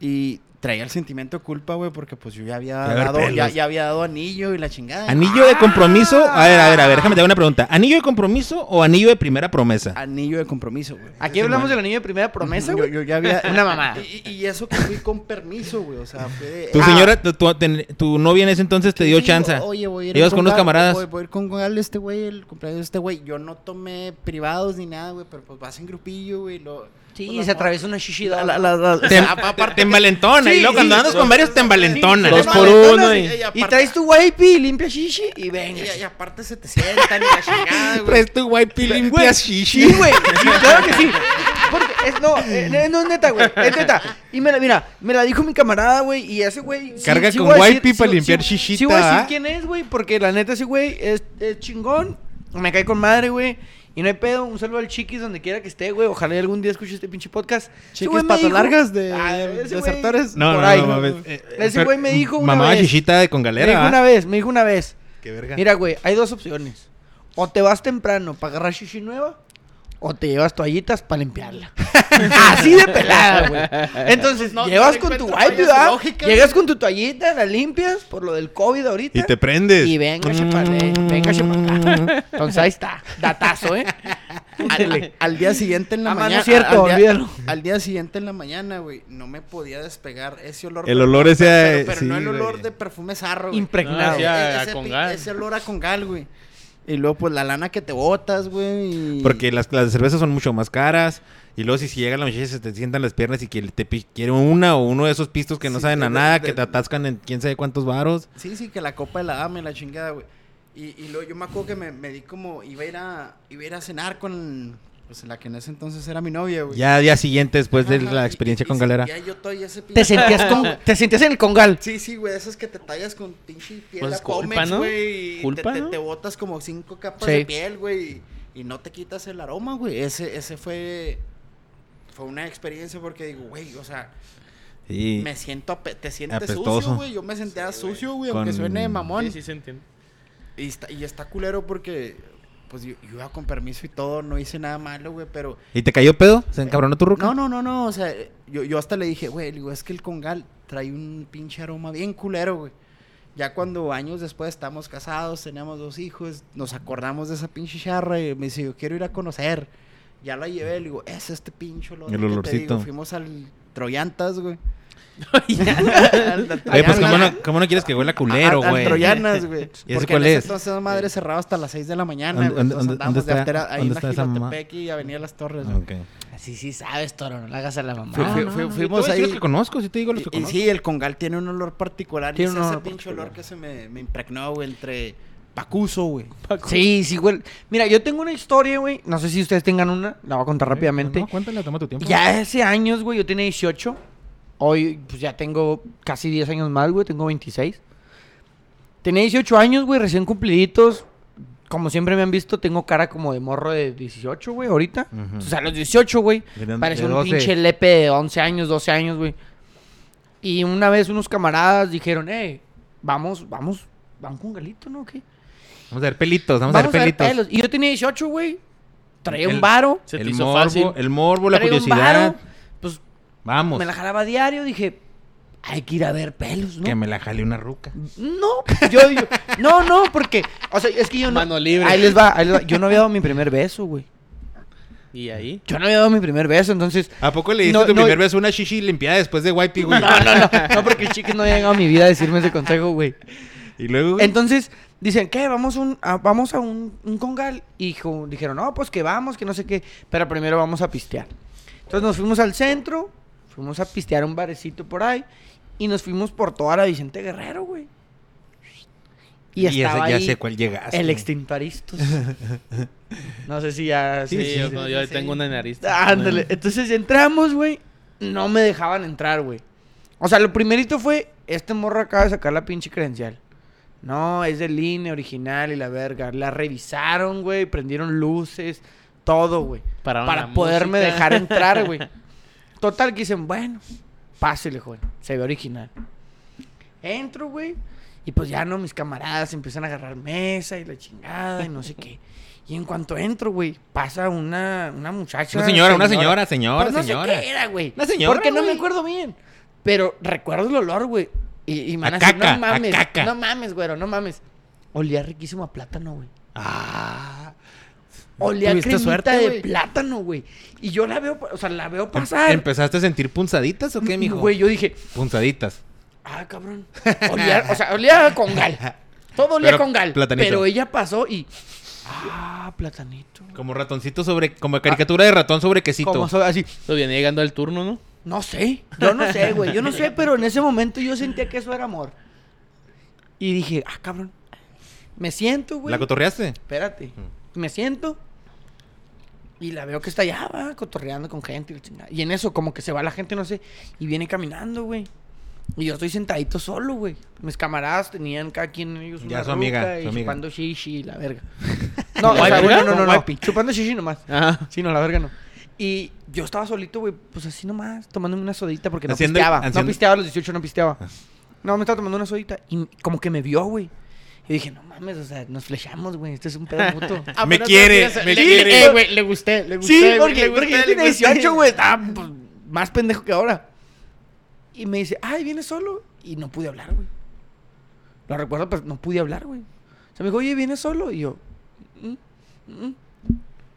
S4: Y traía el sentimiento de culpa, güey, porque pues yo ya había
S1: Ya ver
S4: dado, ya,
S1: pelos.
S4: ya había dado anillo y la chingada.
S1: ¿Anillo de compromiso? A ver, a ver, a ver, déjame te hago una pregunta. ¿Anillo de compromiso o anillo de primera promesa?
S4: Anillo de compromiso, güey.
S3: Aquí hablamos del anillo de primera promesa,
S4: Yo,
S3: güey.
S4: yo ya había...
S3: Una mamada.
S4: Y, y- y eso que fui con permiso, güey, o sea, fue de...
S1: Tu
S4: ah,
S1: señora, tu, tu- ten- tu novia en ese entonces te dio
S4: Sí,
S1: chance.
S4: o- Oye, voy a ir
S1: Ibas
S4: al
S1: con unos
S4: congal,
S1: camaradas.
S4: Voy, voy a ir con congal este güey, el cumpleaños de este güey. Yo no tomé privados ni nada, güey, pero pues vas en grupillo, güey. Lo, pues,
S3: Sí,
S4: las
S3: se
S4: mor-
S3: atravesó una shishida.
S4: La- la- la-
S1: Te,
S4: a- aparte
S1: te envalentona.
S3: Sí,
S1: y luego
S3: sí,
S1: cuando andas
S3: dos-
S1: con varios, te envalentona.
S4: se
S2: dos
S4: te
S2: por
S4: maletas
S2: uno y-
S4: aparte-
S3: Y traes tu wipe, limpia shishi y
S4: y-
S3: venga.
S4: y aparte se te sientan y la chingada, güey.
S1: Traes tu guaypi limpia shishi.
S3: Sí, güey. Sí, claro que sí. Porque es, no, eh, no es neta, güey. Es neta. Y me la, mira, me la dijo mi camarada, güey. Y ese güey. sí-
S1: Carga
S3: sí
S1: con
S3: voy a decir-
S1: wipe para limpiar shishita,
S3: Sí, voy a decir
S1: ¿ah?
S3: quién es, güey. Porque la neta, ese güey es, es chingón. Me cae con madre, güey. Y no hay pedo. Un saludo al chiquis donde quiera que esté, güey. Ojalá y algún día escuche este pinche podcast. Ese
S4: Chiquis
S3: güey me
S4: patas
S3: dijo- Ah,
S4: largas de-
S3: ese güey-
S4: desertores.
S1: No,
S3: por
S1: no,
S3: ahí.
S1: no, mames. Eh, eh,
S3: Ese
S1: pero-
S3: güey me dijo una
S1: Mamá
S3: vez.
S1: shishita de con
S3: Me dijo
S1: galera.
S3: una
S1: ¿ah?
S3: vez, me dijo una vez.
S1: Qué verga.
S3: Mira, güey, hay dos opciones. O te vas temprano para agarrar shishi nueva, o te llevas toallitas para limpiarla. Así de pelada, güey. Entonces,
S4: no,
S3: llevas
S4: no
S3: con tu
S4: encuentro
S3: wipe,
S4: fallas
S3: ¿verdad?
S4: lógicas.
S3: Llegas con tu toallita, la limpias por lo del COVID ahorita.
S5: Y te prendes.
S3: Y venga, chapale, venga,
S1: Mm.
S3: chapale. Entonces ahí está, datazo, ¿eh?
S4: Al, al día siguiente en la
S3: Ah, más no
S4: mañana.
S3: es cierto,
S4: al, día,
S3: olvídalo.
S4: al día siguiente en la mañana, güey, no me podía despegar ese olor.
S5: El
S4: pero-
S5: olor ese a-
S4: Pero, pero
S5: sí,
S4: no el olor
S5: güey.
S4: de perfume zarro, güey.
S3: Impregnado.
S2: Ah, sí,
S4: E-
S2: a-
S4: ese,
S2: a
S4: pi-
S2: congal.
S4: ese olor a congal, güey. Y luego, pues, la lana que te botas, güey. y-
S5: Porque las, las cervezas son mucho más caras. Y luego si, si llega la muchacha se te sientan las piernas y que te pi- quiere una o uno de esos pistos que no
S4: Sí,
S5: saben a
S4: de-
S5: nada,
S4: de-
S5: que te atascan en quién sabe cuántos varos.
S4: Sí, sí, que la copa de la dama y la chingada, güey. Y, y luego yo me acuerdo que me, me di como... Iba a ir a, iba a, ir a cenar con... Pues, la que en ese entonces era mi novia, güey.
S5: Ya día siguiente después de
S4: Ajá,
S5: la
S4: y-
S5: experiencia
S4: y-
S5: con
S4: y
S5: Galera.
S4: sentía yo todavía ese
S3: Te
S4: pinche-
S3: sentías, con- te sentías en el congal.
S4: Sí, sí, güey, esas que te tallas con pinche piel
S2: Pues
S4: a
S2: es culpa,
S4: Comex,
S2: ¿no?
S4: güey. y
S2: Culpa,
S4: te, te-
S2: ¿no?
S4: te botas como cinco capas
S3: Sí.
S4: de piel, güey. Y, y no te quitas el aroma, güey. Ese, ese fue. Fue una experiencia porque digo, güey, o sea,
S5: Sí.
S4: me siento. ape- Te sientes
S5: Apestoso.
S4: sucio, güey. Yo me sentía sucio, güey,
S5: Con-
S4: aunque suene mamón.
S2: Sí, sí se entiende.
S4: Y, está, y está culero porque. Pues yo, yo iba con permiso y todo, no hice nada malo, güey, pero.
S5: ¿Y te cayó pedo? ¿Se encabronó tu ruca?
S4: No, no, no, no, o sea, yo, yo hasta le dije, güey, le digo, es que el congal trae un pinche aroma bien culero, güey. Ya cuando años después estamos casados, tenemos dos hijos, nos acordamos de esa pinche charra y me dice, yo quiero ir a conocer. Ya la llevé, le digo, es este pinche olor.
S5: El
S4: que te
S5: olorcito.
S4: digo". Fuimos al Troyantas, güey.
S5: Oye, pues
S4: Troyanas.
S5: ¿cómo no, cómo no quieres que huela culero,
S4: A- a- al
S5: güey?
S4: Troyanas, güey.
S5: ¿Y ese
S4: Porque
S5: cuál
S4: en ese
S5: es?
S4: entonces esa madre cerraba hasta las 6 de la mañana.
S5: ¿Dónde-
S4: güey.
S5: dónde-
S4: Entonces
S5: dónde-
S4: andábamos de
S5: dónde
S4: after
S5: está-
S4: ahí
S5: dónde
S4: en la
S5: está esa mamá?
S4: Gilotepec y Avenida Las Torres. güey.
S5: Ok.
S3: Así sí sabes, Toro, no le hagas a la mamá.
S5: Fui-
S4: Ah,
S5: fui-
S4: no,
S5: fui-
S4: no, no,
S5: fuimos
S4: yo te voy a
S5: ahí.
S4: decir los
S5: los que
S4: que
S5: conozco, sí te digo los que
S4: Y, y
S5: conozco.
S4: sí, el congal tiene un olor particular.
S3: Tiene
S4: y es
S3: un
S4: ese
S3: olor
S4: pinche olor que se me, me impregnó, güey, entre Pacuso, güey.
S3: Sí, sí, güey. Mira, yo tengo una historia, güey. No sé si ustedes tengan una. La voy a contar rápidamente.
S5: No, cuéntale, toma tu tiempo.
S3: Ya hace años, güey, yo tenía 18. Hoy, pues ya tengo casi 10 años más, güey, tengo 26. Tenía 18 años, güey, recién cumpliditos. Como siempre me han visto, tengo cara como de morro de 18, güey, ahorita.
S5: Ujú.
S3: O sea, a los 18, güey.
S5: Eran de
S3: Parecía un
S5: 12.
S3: pinche lepe de 11 años, 12 años, güey. Y una vez unos camaradas dijeron, eh, vamos, vamos, vamos con galito, ¿no? ¿Qué?
S5: Vamos a ver pelitos, vamos, a ver pelitos.
S3: pelos. Y yo tenía 18, güey. Traía
S5: El-
S3: un varo.
S2: Se te
S5: el
S2: hizo
S5: morbo,
S2: fácil.
S5: el morbo, la
S3: traía un
S5: curiosidad.
S3: varo, Pues
S5: Vamos.
S3: me la jalaba diario, dije, hay que ir a ver pelos, ¿no?
S5: Que me la jale una ruca.
S3: No, pues, yo, yo- no, no, porque, o sea, es que yo no.
S2: Mano libre.
S3: Ahí les va, ahí les va. Yo no había dado mi primer beso, güey.
S2: Y ahí.
S3: Yo no había dado mi primer beso, entonces.
S5: ¿A poco le diste
S3: No,
S5: tu
S3: no.
S5: primer beso a una shishi limpiada después de Wipey, güey?
S3: No, no, no, no, porque chicas no había llegado a mi vida a decirme ese consejo, güey.
S5: Y luego, güey,
S3: Entonces, dicen, ¿qué? Vamos, un, a, vamos a un, un congal. Y dijo- dijeron, no, pues que vamos, que no sé qué. Pero primero vamos a pistear. Entonces nos fuimos al centro, fuimos a pistear a un barecito por ahí. Y nos fuimos por toda la Vicente Guerrero, güey. Y,
S5: y ese-
S3: estaba
S5: ya
S3: ahí
S5: sé cuál llegaste.
S3: el extintaristos. no sé si ya...
S2: Sí,
S3: sí,
S2: yo,
S3: sí,
S2: no,
S3: sí,
S2: yo
S3: sí.
S2: tengo una nariz.
S3: Ah, Ándale. Entonces entramos, güey. No me dejaban entrar, güey. O sea, lo primerito fue, este morro acaba de sacar la pinche credencial. No, es del INE original y la verga. La revisaron, güey. Prendieron luces, todo, güey.
S2: Pararon
S3: Para
S2: la
S3: poderme
S2: música.
S3: dejar entrar, güey. Total que dicen, bueno, pásele, joven. Se ve original. Entro, güey. Y pues ya no, mis camaradas empiezan a agarrar mesa y la chingada y no sé qué. Y en cuanto entro, güey, pasa una, una muchacha.
S5: Una señora, una señora, señora,
S3: Pues no
S5: señora.
S3: sé qué era, güey.
S5: Una señora,
S3: Porque no
S5: güey.
S3: me acuerdo bien. Pero recuerdo el olor, güey. Y, y me van
S5: A
S3: a decir,
S5: caca, a
S3: no mames,
S5: caca.
S3: no mames, güero, no mames. Olía riquísimo a plátano, güey.
S5: Ah.
S3: Olía a
S5: Tuviste
S3: cremita
S5: suerte,
S3: de
S5: güey.
S3: plátano, güey. Y yo la veo, o sea, la veo
S5: Em-
S3: pasar. Mm,
S5: ¿Empezaste a sentir punzaditas o qué, mijo?
S3: Güey, yo dije,
S5: Punzaditas.
S3: Ah, cabrón. Olía, o sea, olía con gal. Todo olía
S5: Pero
S3: con gal.
S5: platanito.
S3: Pero ella pasó y. Ah, platanito.
S5: Como ratoncito sobre... Como caricatura de ratón sobre quesito.
S3: Como so- así.
S2: Pues viene llegando al turno, ¿no?
S3: No sé. Yo no sé, güey. Yo no sé, pero en ese momento yo sentía que eso era amor. Y dije, ah, cabrón. Me siento, güey.
S5: ¿La cotorreaste?
S3: Espérate. Me siento. Y la veo que está allá, va, cotorreando con gente. Y, la chingada. y en eso, como que se va la gente, no sé. Y viene caminando, güey. Y yo estoy sentadito solo, güey. Mis camaradas tenían cada quien ellos
S5: Ya
S3: una
S5: su amiga,
S3: ruca y
S5: su amiga.
S3: chupando shishi y la verga. No, o
S2: ¿Con
S3: sea,
S2: wipe,
S3: bueno,
S2: güey?
S3: no, no,
S2: ¿Con
S3: no.
S2: wipe?
S3: Chupando shishi nomás.
S2: Ajá.
S3: Sí, no, la verga no. Y yo estaba solito, güey, pues así nomás, tomándome una sodita porque no
S5: Haciendo-
S3: pisteaba.
S5: haciendo-
S3: Ah. No pisteaba a los 18, no pisteaba. No, me estaba tomando una sodita y como que me vio, güey. Y dije, no mames, o sea, nos flechamos, güey. Este es un pedo puto.
S5: Me quiere, me
S4: le,
S5: quiere.
S4: eh, güey, le gusté, le gusté.
S3: sí,
S4: güey,
S3: porque,
S4: le gusté,
S3: porque yo
S4: le
S3: tenía
S4: gusté.
S3: 18, güey. Estaba pues, más pendejo que ahora. Y me dice, ay, ¿vienes solo? Y no pude hablar, güey. Lo recuerdo, pero no pude hablar, güey. O sea, me dijo, oye, ¿vienes solo? Y yo, "Mm, mm".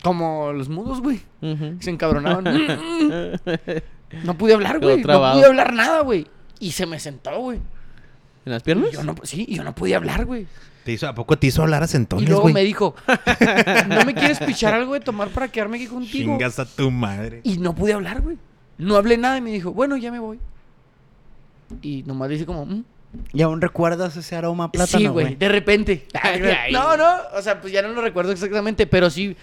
S3: como los mudos, güey.
S2: Ujú.
S3: Se encabronaban. "Mm, mm". No pude hablar,
S2: Quedó
S3: güey. No
S2: trabado.
S3: pude hablar nada, güey. Y se me sentó, güey.
S2: ¿En las
S3: Y
S2: piernas?
S3: Yo no, sí, y yo no pude hablar, güey.
S5: Te hizo, ¿A poco te hizo hablar a
S3: Y
S5: sentones,
S3: luego me
S5: güey?
S3: dijo, ¿no me quieres pichar algo de tomar para quedarme aquí contigo?
S5: Chingas a tu madre.
S3: Y no pude hablar, güey. No hablé nada y me dijo, bueno, ya me voy. Y nomás dice como, "Mm".
S4: Y aún recuerdas ese aroma a
S3: sí,
S4: plátano,
S3: güey,
S4: güey.
S3: de repente.
S4: Ay.
S3: no, no, o sea, pues ya no lo recuerdo exactamente, pero sí.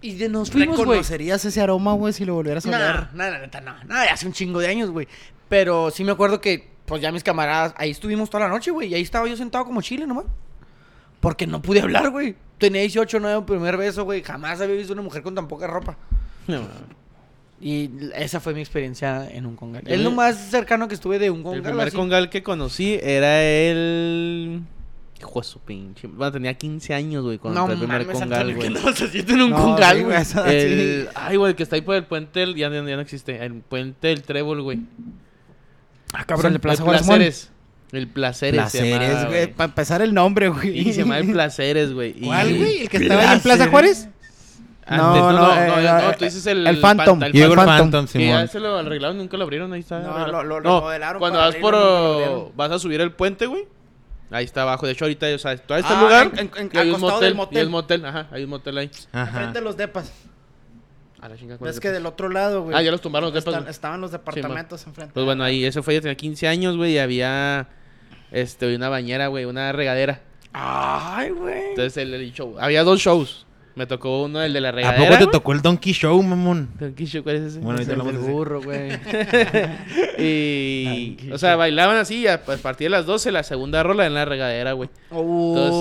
S3: Y de- nos fuimos, güey.
S4: ¿Reconocerías ese aroma, güey, si lo volvieras a
S3: No,
S4: oler?
S3: no, no, neta, no, no, ya hace un chingo de años, güey. Pero sí me acuerdo que, pues ya mis camaradas, ahí estuvimos toda la noche, güey. Y ahí estaba yo sentado como chile nomás. Porque no pude hablar, güey. Tenía 18, 9, primer beso, güey. Jamás había visto una mujer con tan poca ropa.
S2: No, mames.
S3: Y esa fue mi experiencia en un congal.
S2: El
S3: Es lo
S2: primer-
S3: más cercano que estuve de un
S2: El
S3: congal.
S2: primer
S3: así.
S2: congal que conocí era el... Hijo de su pinche... Bueno, tenía 15 años, güey, cuando
S3: No
S2: entré al primer
S3: mames,
S2: congal,
S3: Antonio,
S2: güey.
S3: que no se siente en un
S4: No,
S3: congal,
S4: sí,
S3: güey.
S4: eso sí.
S2: El... Ay, güey, el que está ahí por el puente, el- ya, ya no existe. El puente del Trébol, güey.
S3: Ah,
S4: cabrón,
S2: El
S4: de Plaza Guasmón.
S2: Placeres. El Placeres. se
S4: Placeres,
S2: llamaba,
S5: Ah,
S4: güey. Para empezar el nombre, güey.
S2: Y se llamaba el Placeres, güey. Y-
S4: ¿Cuál, güey? ¿El que estaba ahí en Plaza
S5: Placeres.
S4: Juárez?
S2: Antes, no, no, no,
S4: eh,
S2: no,
S4: eh,
S2: tú dices el...
S4: el Phantom.
S2: Phantom, el
S4: Y
S5: Diego
S2: Phantom.
S5: el
S4: Phantom.
S5: Phantom,
S2: Que ya
S5: Simón.
S2: se lo arreglaron, nunca lo abrieron, ahí está.
S4: No,
S2: arreglado.
S4: lo- lo remodelaron
S2: Cuando
S4: para
S2: vas por...
S4: arriba, nunca lo abrieron.
S2: vas a subir el puente, güey. Ahí está abajo. De hecho, ahorita, o sea, todo este
S4: Ah,
S2: lugar...
S4: en- en-
S2: y hay
S4: al
S2: un
S4: costado
S2: motel,
S4: del
S2: Y
S4: motel.
S2: el motel, ajá. Hay un motel ahí.
S5: Ajá.
S4: Frente a los depas.
S2: A la
S3: Pues
S2: chingada, ¿cuál
S4: Ves
S2: es
S4: que
S2: el-
S4: del otro lado, güey.
S2: Ah, ya los tumbaron los depas,
S4: Están-
S2: güey.
S4: Estaban los departamentos enfrente.
S2: Pues bueno, ahí, eso fue, yo tenía 15 años, güey, y había, este, una bañera, güey, una regadera.
S3: Pues, Ay, güey.
S2: Entonces, el, el show, había dos shows. Me tocó uno, el de la
S5: ¿A
S2: regadera,
S5: poco te
S2: güey.
S5: tocó el Donkey Show, mamón?
S2: ¿Qué show? ¿Cuál es ese?
S5: Bueno, ahorita
S3: El
S5: hablamos
S3: del
S5: de ese.
S3: burro, güey.
S2: Y, o sea, bailaban así, a, a partir de las 12, la segunda rola en la regadera, güey. Entonces,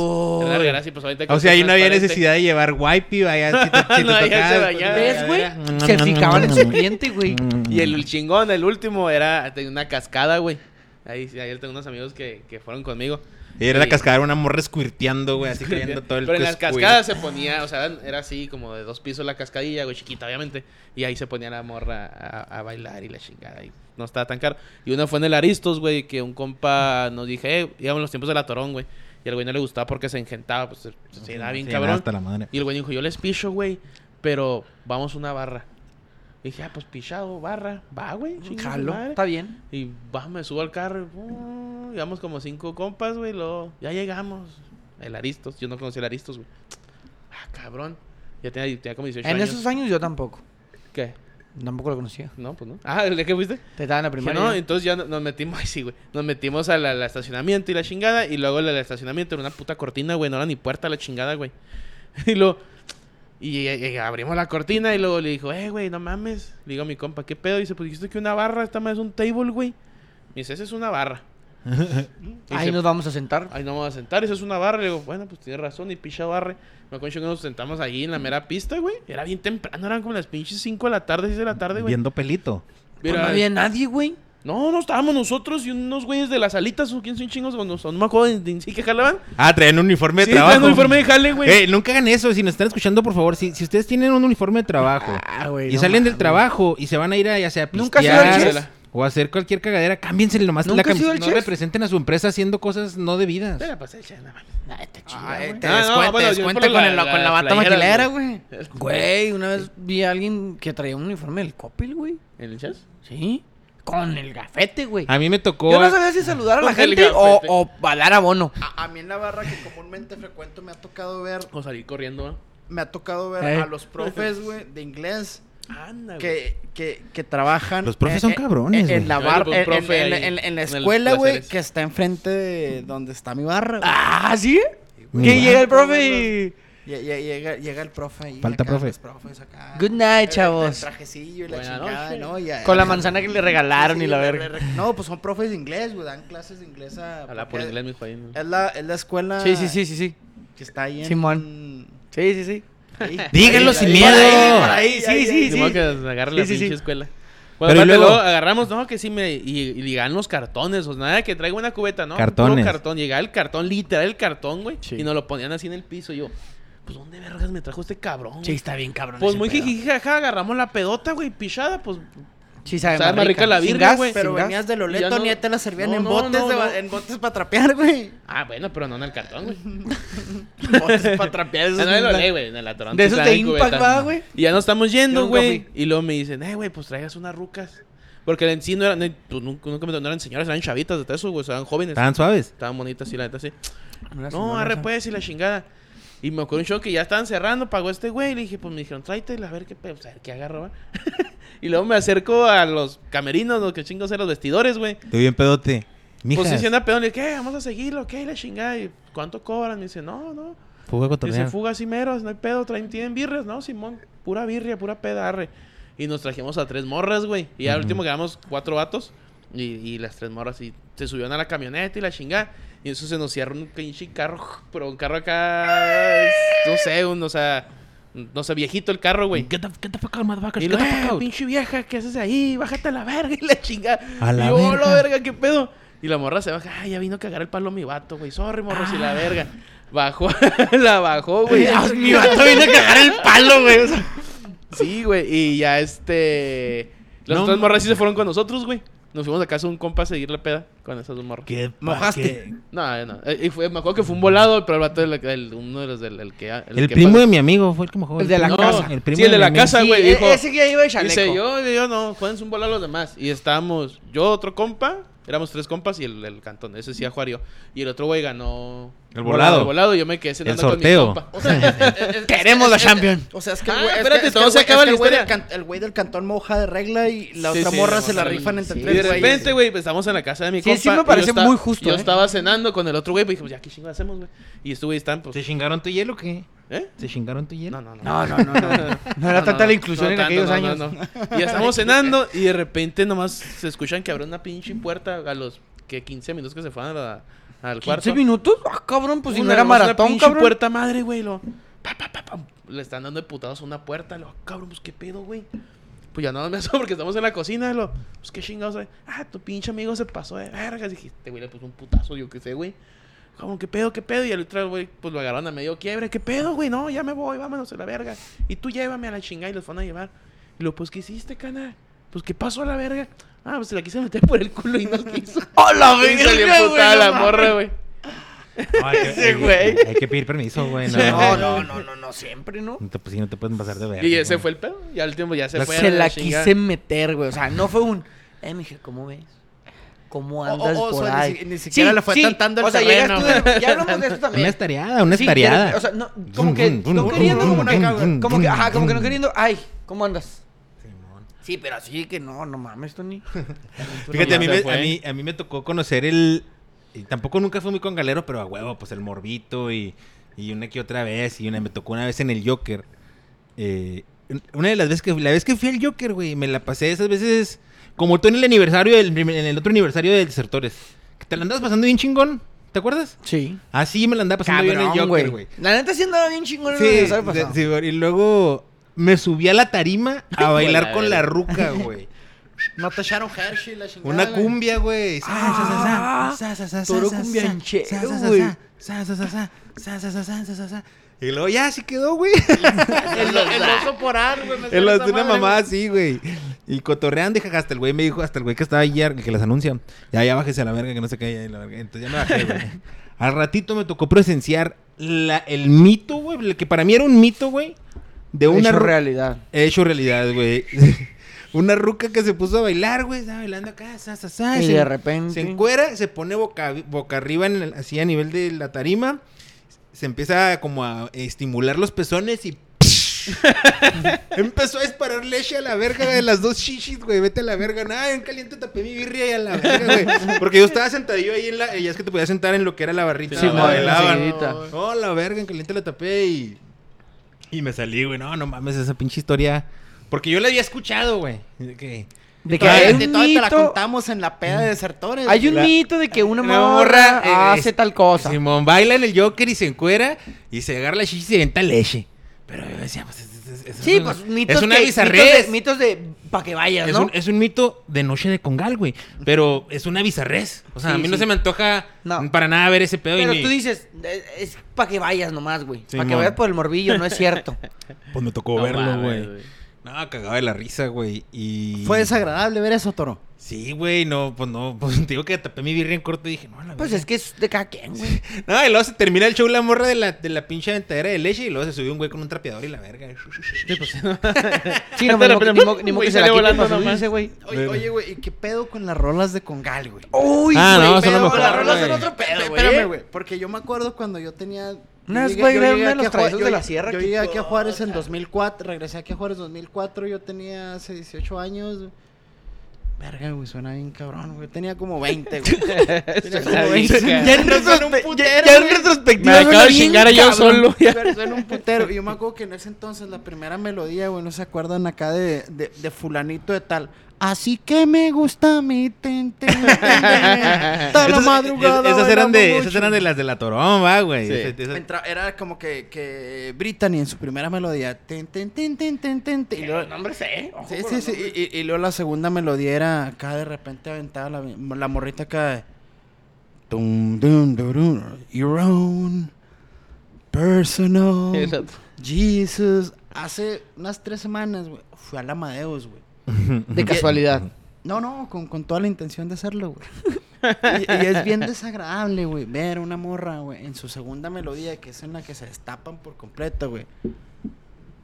S2: en la regadera sí, pues ahorita...
S5: O sea, ahí no había necesidad de llevar wipe, vaya, si te, si te
S2: No,
S5: tocaba,
S2: ya se
S5: pues,
S2: bañaba.
S5: ya
S3: ¿Ves, güey?
S5: era.
S3: Se fijaban en su cliente, güey.
S2: Y el chingón, el último, era, tenía una cascada, güey. Ahí, sí, ayer tengo unos amigos que, que fueron conmigo.
S5: Y era la
S2: Sí.
S5: cascada, una morra escuirteando, güey, así cayendo todo el
S2: Pero en las
S5: escuir.
S2: cascadas se ponía, o sea, eran- era así como de dos pisos la cascadilla, güey, chiquita, obviamente. Y ahí se ponía la morra a, a bailar y la chingada. Y no estaba tan caro. Y una fue en el Aristos, güey, que un compa nos dije, eh, íbamos en los tiempos de la Torón, güey. Y al güey no le gustaba porque se engentaba, pues se, se daba bien
S5: Sí,
S2: cabrón.
S5: Hasta la madre.
S2: Y el güey dijo, yo les picho, güey, pero vamos a una barra. Y dije, ah, pues pichado, barra, va, güey. chingue su
S3: Jalo.
S2: madre".
S3: Está bien.
S2: Y va, me subo al carro. y, uh, Llevamos como cinco compas, güey. Luego, ya llegamos. El Aristos. Yo no conocí el Aristos, güey. Ah, cabrón. Ya tenía, tenía como 18
S3: En
S2: años.
S3: esos años yo tampoco.
S2: ¿Qué?
S3: Tampoco lo conocía.
S2: No, pues no. Ah, ¿el de qué fuiste?
S3: Te estaba en la
S2: Dije,
S3: primera.
S2: no, entonces ya no- nos metimos. Ay, sí, güey. Nos metimos al al estacionamiento y la chingada. Y luego el, el estacionamiento era una puta cortina, güey. No era ni puerta la chingada, güey. Y luego. Y, y- y abrimos la cortina y luego le dijo, eh, güey, no mames. Le digo a mi compa, ¿qué pedo? dice, pues dijiste que una barra, esta madre es un table, güey. Me dice, esa es una barra.
S3: Ahí
S2: Dice, "Ah,
S3: nos vamos a sentar.
S2: Ahí no vamos a sentar, eso es una barra. Le digo, bueno, pues tienes razón, y picha barre. Me acuerdo que nos sentamos ahí en la mera pista, güey. Era bien temprano, eran como las pinches 5 de la tarde, 6 de la tarde, güey.
S5: Viendo pelito.
S3: Pero
S2: Mira,
S3: no había nadie, güey.
S2: no, no estábamos nosotros y unos güeyes de las alitas, o quién son chingos, o no, o no me acuerdo de, de- sí que jalaban.
S5: Ah, traen un uniforme de
S2: sí,
S5: trabajo.
S2: traían uniforme de jale, güey.
S5: Eh, nunca hagan eso. Si nos están escuchando, por favor, si, si ustedes tienen un uniforme de trabajo
S3: Ah, güey.
S5: y salen del trabajo y se van a ir a, ya sea a
S3: ¿Nunca has
S2: ido al
S5: pistear
S2: Chess?
S5: o a hacer cualquier cagadera, cámbiensele nomás la
S3: ¿Nunca has ido
S5: camiseta.
S3: al
S5: No
S3: Chess?
S5: representen a su empresa haciendo cosas no debidas.
S2: Espera, pues, echa la mano.
S3: Ah, está chido,
S4: Ah, eh,
S3: güey.
S4: te
S2: Ah, no,
S4: descuenta,
S2: bueno, yo
S4: te descuenta
S2: por
S4: con,
S2: la-
S4: el- con
S2: la
S4: la bata
S2: playera,
S4: maquilera, güey.
S3: Güey, una vez vi a alguien que traía un uniforme del Copil, güey.
S2: ¿En el chas?
S3: Sí. Con el gafete, güey.
S1: Ah,
S5: A mí me tocó.
S3: Yo no sabía si saludar a la
S2: Con el
S3: gente o,
S2: gafete.
S3: o dar abono.
S4: A, a mí en la barra que comúnmente frecuento me ha tocado ver,
S2: O salir corriendo, ¿no?
S4: me ha tocado ver
S3: Eh.
S4: a los profes, güey, de inglés
S2: Anda, güey.
S4: que, que, que trabajan.
S5: Los profes
S1: Eh,
S5: son cabrones,
S4: En,
S5: güey.
S4: en la
S2: Claro,
S4: barra,
S2: pues,
S4: en,
S2: profe
S4: en-
S2: ahí,
S4: en- en la
S2: en el
S4: escuela, güey,
S2: placeres.
S4: que está enfrente de donde está mi barra. güey.
S3: Ah, ¿sí?
S5: Mi
S3: Que
S5: barra.
S3: llega el profe
S4: Lle- lle- Llega, llega el profe ahí.
S5: Falta
S4: acá,
S5: profe.
S4: los profes acá.
S3: Good night,
S4: El- el
S3: chavos.
S4: trajecillo y la
S2: Buenas
S4: chingada,
S2: noches.
S4: ¿no? Y a-
S3: y... Con la manzana que le regalaron
S4: Sí,
S3: y la
S4: le-
S3: verga.
S4: le- No, pues son profes de inglés, güey, dan clases de inglés a.
S2: Habla por
S4: porque
S2: inglés, mi Juan.
S4: Es la, es la escuela.
S3: Sí, sí, sí, sí, sí.
S4: Que está ahí en.
S3: Simón. Sí, sí, sí.
S4: ahí.
S5: Díganlo
S4: Ahí,
S5: sin
S4: ahí,
S5: miedo.
S4: por ahí, por
S3: Sí,
S4: ahí,
S3: sí,
S2: Ni modo que agarre la
S3: Sí, sí,
S2: pinche
S3: sí.
S2: escuela.
S1: Pero
S2: Bueno,
S1: y
S2: aparte
S1: luego-
S2: luego agarramos, no, que sí, me, y, y llegan los cartones, o sea, nada, que traigo una cubeta, ¿no? Puro
S1: Cartones.
S2: cartón, llegaba el cartón, literal el cartón, güey,
S3: Sí.
S2: y nos lo ponían así en el piso, y yo, pues, ¿dónde vergas me trajo este cabrón?
S3: Sí,
S2: güey?
S3: está bien, cabrón.
S2: Pues
S3: ese
S2: muy
S3: pedo.
S2: jijijaja, agarramos la pedota, güey, pichada, pues,
S3: Sí, sabe,
S2: sabe
S3: más rica
S2: la
S3: Sin
S2: birria,
S3: gas,
S2: güey.
S3: sin
S4: Pero
S3: gas.
S4: venías del
S2: Y ya
S4: Oleto,
S2: no-
S4: ni te la servían
S2: no,
S4: en,
S2: no,
S4: botes
S2: no,
S4: de ba-
S2: no.
S4: en botes para trapear, güey.
S2: ah, bueno, pero no en el cartón, güey.
S4: botes para trapear. eso
S2: Ah,
S4: es
S2: no, ahí lo
S4: una-
S2: leí, güey, en el atorante,
S3: De esos
S2: estaba
S3: de
S2: en
S3: Impact,
S2: cubeta.
S3: ¿va, güey?
S2: Y ya nos estamos yendo,
S3: Yo nunca
S2: güey.
S3: fui.
S2: Y luego me dicen, eh, güey, pues traigas unas rucas. Porque en sí no eran, pues, nunca, nunca me no eran señoras, eran chavitas de eso, güey, o sea, eran jóvenes.
S1: Estaban suaves.
S2: Estaban bonitas, sí, la neta, sí.
S3: Una
S2: No,
S3: señora
S2: arre
S3: esa.
S2: pues y la chingada. Y me acuerdo un show que ya estaban cerrando, pagó este güey. Y le dije, pues me dijeron, tráetela, a ver qué pedo, pues, a ver qué agarro, va". y luego me acerco a los camerinos, los que chingos eran los vestidores, güey.
S1: Te bien pedote. Mija,
S2: Pues sí, se anda pedo, le dije, ¿qué? Vamos a seguirlo, ¿qué? Y La chingada. ¿Y cuánto cobran? Me dice, no, no.
S1: fuga
S2: Dice,
S1: cotorrear.
S2: fuga así meros, no hay pedo, traen, tienen birrias, ¿no, Simón? Pura birria, pura peda, arre. Y nos trajimos a tres morras, güey. Y al último quedamos cuatro vatos. Y, y las tres morras y se subieron a la camioneta y la chingada. Y eso se nos cierra un pinche carro, pero un carro acá. No sé, un, o sea. No sé, viejito el carro, güey.
S1: Get the, get the fuck out, motherfuckers,
S2: Y
S1: get
S2: lo,
S1: the
S2: eh,
S1: fuck out.
S2: pinche vieja, ¿qué haces ahí? Bájate a la verga y la chinga.
S1: A la
S2: y yo, "Oh,
S1: verga.
S2: la verga, qué pedo. Y la morra se baja, ay, ya vino a cagar el palo mi vato, güey. Sorry, morros y la verga. Bajó, la bajó, güey.
S4: Mi vato vino a cagar el palo, güey. o sea.
S2: Sí, güey. Y ya este. Las
S1: No,
S2: otras morras sí se fueron con nosotros, güey. Nos fuimos a casa de un compa a seguir la peda con esas dos morras.
S1: Qué pa-
S4: Mojaste.
S1: qué-
S2: No, no. Eh, Y fue, me acuerdo que fue un volado, pero el vato, del- el- uno de los del el que.
S1: El, primo de mi amigo fue el que mojó.
S3: El de la
S2: No,
S3: casa.
S1: El primo
S2: sí, el de
S1: mi
S2: la
S1: amigo.
S2: casa,
S3: Sí,
S2: güey.
S3: e-
S2: dijo,
S3: ese que ya iba de chaleco.
S2: Dice yo, y yo no, jueguense un volado a los demás. Y estábamos, yo, otro compa, éramos tres compas y el, el cantón, ese sí a Juario. Y el otro güey ganó.
S1: El volado.
S2: El volado, y yo me quedé cenando con mi
S1: sorteo.
S2: compa.
S4: O sea, es- es- es-
S3: Queremos la
S4: es- es-
S3: Champions.
S4: O sea, es que el
S2: Ah,
S4: güey- es que-
S2: espérate,
S4: es que
S2: todo
S4: el
S2: se
S4: güey-
S2: acaba
S4: es
S2: la
S4: que el güey del
S2: historia.
S4: can- El güey del cantón moja de regla y la
S2: Sí,
S4: otra
S2: sí,
S4: morra
S2: sí,
S4: se la
S2: sí.
S4: rifan entre
S3: Sí,
S2: Y de
S4: tres güeyes.
S2: repente, güey, pues, estamos en la casa de mi
S3: Sí,
S2: compa.
S3: sí me
S2: y yo
S3: parece
S2: estaba-
S3: muy justo,
S2: Yo
S3: ¿eh?
S2: estaba cenando con el otro güey, pues dije, pues ya, ¿qué chingo hacemos, güey? Y estuve y están,
S1: ¿Se
S2: pues.
S1: chingaron tu hielo o qué?
S2: ¿Eh?
S1: ¿Se chingaron tu hielo?
S2: No, no, no.
S3: No, no, no. No, No era tanta la inclusión
S2: no
S3: en
S2: tanto,
S3: aquellos
S2: no, no,
S3: años.
S2: no. Y estamos cenando y de repente nomás se escuchan que abre una pinche puerta a los que 15 minutos que se fueron a la- al cuarto.
S3: ¿15 minutos? Ah, cabrón, pues si no
S2: Una-
S3: era
S2: una
S3: maratón,
S2: pinche
S3: cabrón.
S2: puerta madre, güey. Lo, pa, pa, pa, pa, le están dando de putados a una puerta. Lo, cabrón, pues qué pedo, güey. Pues ya no me asomo porque estamos en la cocina. Lo, pues qué chingados. eh. Ah, tu pinche amigo se pasó de vergas. Dije, este güey le puso un putazo, yo qué sé, güey. Cabrón, qué pedo, qué pedo. Y el otro, güey, pues lo agarraron a medio quiebre. ¿Qué pedo, güey? No, ya me voy, vámonos a la verga. Y tú llévame a la chingada y los van a llevar. Y lo, pues, ¿qué hiciste, cana? Pues, ¿qué pasó a la verga? Ah, pues se la quise meter por el culo y no quiso.
S3: ¡A la
S2: Y salió
S3: verga, güey,
S2: emputada
S3: no
S2: la
S3: mames!
S2: morra, güey.
S1: No, hay que-
S3: Ese
S1: hay-
S3: güey.
S1: Hay que pedir permiso, güey. No,
S3: No,
S1: no,
S3: no, no, no, no, siempre, ¿no? Pues
S1: te, pues, sí, no te pueden pasar de ver.
S2: Y ese fue el pedo. Y al tiempo ya se fue.
S3: Se la
S2: chingada.
S3: quise meter, güey. O sea, no fue un. Eh, mija, ¿cómo ves? ¿Cómo
S4: O- o-
S3: andas
S4: o
S3: por
S4: sea, ni
S3: ahí?
S4: si- ni siquiera le fue tantando el
S3: O sea,
S4: terreno.
S3: llegas tú de- Ya hablamos de esto
S1: Una
S3: también.
S1: estareada, una
S3: Sí,
S1: estareada.
S3: quieres- o sea, no, como que no queriendo, como, que- como que, ajá, como que no queriendo, ay, ¿cómo andas? Sí, pero así que no, no mames, Tony.
S1: Fíjate, a mí,
S2: Ya
S1: me,
S2: se fue.
S1: a, mí, a mí me tocó conocer el... y tampoco nunca fui muy con galero, pero a huevo, pues el morbito y, y una que otra vez. Y una me tocó una vez en el Joker. Eh, una de las veces que... La vez que fui al Joker, güey, me la pasé esas veces... Como tú en el aniversario, del primer- en el otro aniversario de Desertores. Que te la andabas pasando bien chingón, ¿te acuerdas?
S3: Sí.
S1: Así me la andaba pasando bien en el
S3: Cabrón,
S1: Joker,
S3: güey.
S1: güey.
S3: La neta sí andaba bien chingón en el
S1: Sí,
S3: aniversario pasado.
S1: sí, güey, y luego me subí a la tarima a bailar con la ruca, güey.
S4: No te echaron Hershey la chingada.
S1: Una
S4: güey.
S1: cumbia, güey. Sa,
S3: Ah,
S1: sa, sa, sa, sa,
S3: toro
S1: sa, sa,
S3: cumbianchero,
S1: sa, sa, sa,
S3: güey.
S1: sa, sa, sa, sa, sa, sa, sa, sa, sa, sa, sa. Y luego ya se quedó, güey.
S4: El, el oso polar, güey. me
S1: En
S4: suena
S1: los
S4: esa
S1: de una
S4: madre,
S1: mamá
S4: güey.
S1: así, güey. Y cotorreando, dije, hasta el güey me dijo, hasta el güey que estaba ahí, ya, que les anuncia. Ya, ya bájese a la verga, que no sé qué. ya, la verga. Entonces ya me bajé, güey. Al ratito me tocó presenciar la- el mito, güey. el Que para mí era un mito, güey. De una
S3: Hecho
S1: ru-
S3: realidad.
S1: Hecho realidad, güey. Una ruca que se puso a bailar, güey. Estaba bailando acá, sa, sa, sa,
S3: Y
S1: se-
S3: de repente-
S1: Se encuera, se pone boca, boca arriba, en el- así a nivel de la tarima. Se empieza como a estimular los pezones y... Empezó a disparar leche a la verga de las dos chichis, güey. Vete a la verga. Nah, en caliente tapé mi birria y a la verga, güey. Porque yo estaba sentadillo ahí en la... Y es que te podías sentar en lo que era la barrita.
S2: Sí,
S1: donde
S2: madre,
S1: bailaban.
S3: enseguidita.
S1: No, Oh, la verga, en caliente la tapé y... Y me salí, güey. No, no mames, esa pinche historia. Porque yo la había escuchado, güey. De que-
S3: De que
S4: Todavía-
S3: hay
S4: de
S3: un
S4: todo te la
S3: mito,
S4: contamos en la peda de desertores.
S3: hay un
S4: güey.
S3: mito de que una
S1: Una morra,
S3: morra
S1: eh,
S3: hace tal cosa.
S1: Simón baila en el Joker y se encuera y se agarra la chicha y se venta leche. Pero yo decía, pues. es- es- es- es
S3: Sí,
S1: una-
S3: pues mitos
S1: Es una
S3: que-
S1: bizarrez.
S3: Mitos de, mitos de Para que vayas,
S6: Es,
S3: ¿no?
S6: un, es un mito de noche de congal, güey. Pero es una bizarrez. O sea, a
S3: Sí,
S6: mí no
S3: sí.
S6: se me antoja
S3: No.
S6: para nada ver ese pedo. y
S3: Pero
S6: ni-
S3: tú dices, eh, es, para que vayas nomás, güey. para que
S1: Simón.
S3: vayas por el morbillo, no es cierto.
S1: Pues me tocó
S2: No
S1: verlo,
S2: mames,
S1: güey. No, cagaba de la risa, güey. Y.
S4: Fue desagradable ver eso, Toro.
S1: Sí, güey, no, pues no. Pues te digo que tapé mi birria en corto y dije, no, la
S3: Pues
S1: verga.
S3: es que es de cada quien, güey.
S1: No, y luego se termina el show la morra de la, de la pinche ventadera de leche y luego se subió un güey con un trapeador y la verga.
S3: pues, Sí, no,
S2: Hasta la
S3: ni modo que- ni
S2: primera-
S3: modo- ni modo
S2: güey,
S3: que se
S2: sale
S3: la quiten
S2: volando
S3: para
S2: nomás.
S3: subirse, güey.
S4: Oye, oye, güey, ¿y qué pedo con las rolas de Congal, güey?
S3: Uy,
S1: Ah,
S3: güey,
S1: no, son lo
S3: pero
S1: mejor,
S3: Las rolas son
S1: güey.
S3: otro pedo, güey.
S4: Espérame, güey, porque yo me acuerdo cuando yo tenía...
S3: Una vez,
S4: yo llegué-
S3: güey,
S4: yo
S3: era
S4: llegué
S3: uno de
S4: aquí
S3: los
S4: a Juárez-
S3: travesos de
S4: yo-
S3: la sierra
S4: Yo
S3: que-
S4: llegué aquí a Juárez en 2004, regresé aquí a Juárez en 2004, yo tenía hace 18 años. güey. Verga, güey, suena bien cabrón, güey. Tenía como 20, güey. Tenía como
S2: Suena bien
S4: 20.
S2: cabrón.
S3: Ya en, retrospe- ya- ya en retrospectiva.
S2: Me acabo
S3: suena
S2: de
S3: bien
S2: chingar a yo
S3: cabrón.
S2: solo.
S4: Pero suena un putero. Y yo me acuerdo que en ese entonces la primera melodía, güey, no se acuerdan acá de, de, de fulanito de tal. Así que me gusta mi ten, ten, ten, ten. Hasta la
S1: Esas-
S4: madrugada.
S1: es- e-, esas, eran de,
S4: bailamos
S1: esas
S4: mucho.
S1: eran de las de la toromba, güey.
S2: Sí.
S1: Ese- ese-
S4: Entra- era como que, que Brittany en su primera melodía. Ten, ten, ten, ten, ten, ten, ten. Y luego, sí, sí, sí. Y, y- y luego la segunda melodía era acá de repente aventaba la, la morrita acá de. Dum, dum, durun, your own personal.
S2: El otro.
S4: Jesus. Hace unas tres semanas, güey, fui al Amadeus, güey.
S3: De casualidad.
S4: No, no, con, con toda la intención de hacerlo, güey. Y, y es bien desagradable, güey, ver a una morra, güey, en su segunda melodía, que es en la que se destapan por completo, güey.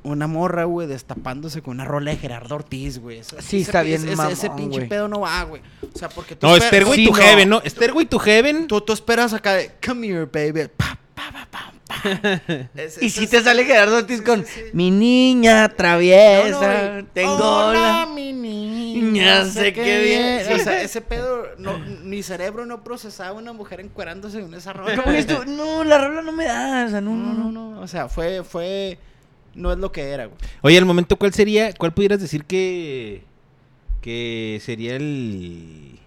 S4: Una morra, güey, destapándose con una rola de Gerardo Ortiz, güey. Eso-
S3: Sí,
S4: ese
S3: está
S4: pi-
S3: bien
S4: ese-
S3: mamón,
S4: Ese pinche
S3: güey.
S4: pedo no va, güey. O sea, porque tú,
S1: No,
S4: esper-
S1: Stairway
S3: Sí,
S1: to
S3: no.
S1: Heaven, ¿no? Stairway to Heaven.
S4: tú, tú esperas acá de, come here, baby. Pa, pa, pa, pa, pa. Ese-
S3: Y
S4: ese
S3: si
S4: es-
S3: te sale Gerardo Ortiz con
S4: sí, sí.
S3: mi niña
S4: No, no,
S3: traviesa,
S4: y-
S3: tengo
S4: Hola,
S3: la...
S4: mi niña.
S3: Ya sé qué bien.
S4: O sea, ese pedo, no, mi cerebro no procesaba una mujer encuerándose en esa rola.
S3: No, es tu- no, la rola no me da, o sea, no,
S4: No,
S3: no,
S4: no,
S3: no.
S4: no. O sea, fue, fue. No es lo que era, güey.
S1: Oye, al momento, ¿cuál sería, cuál pudieras decir que, que sería el,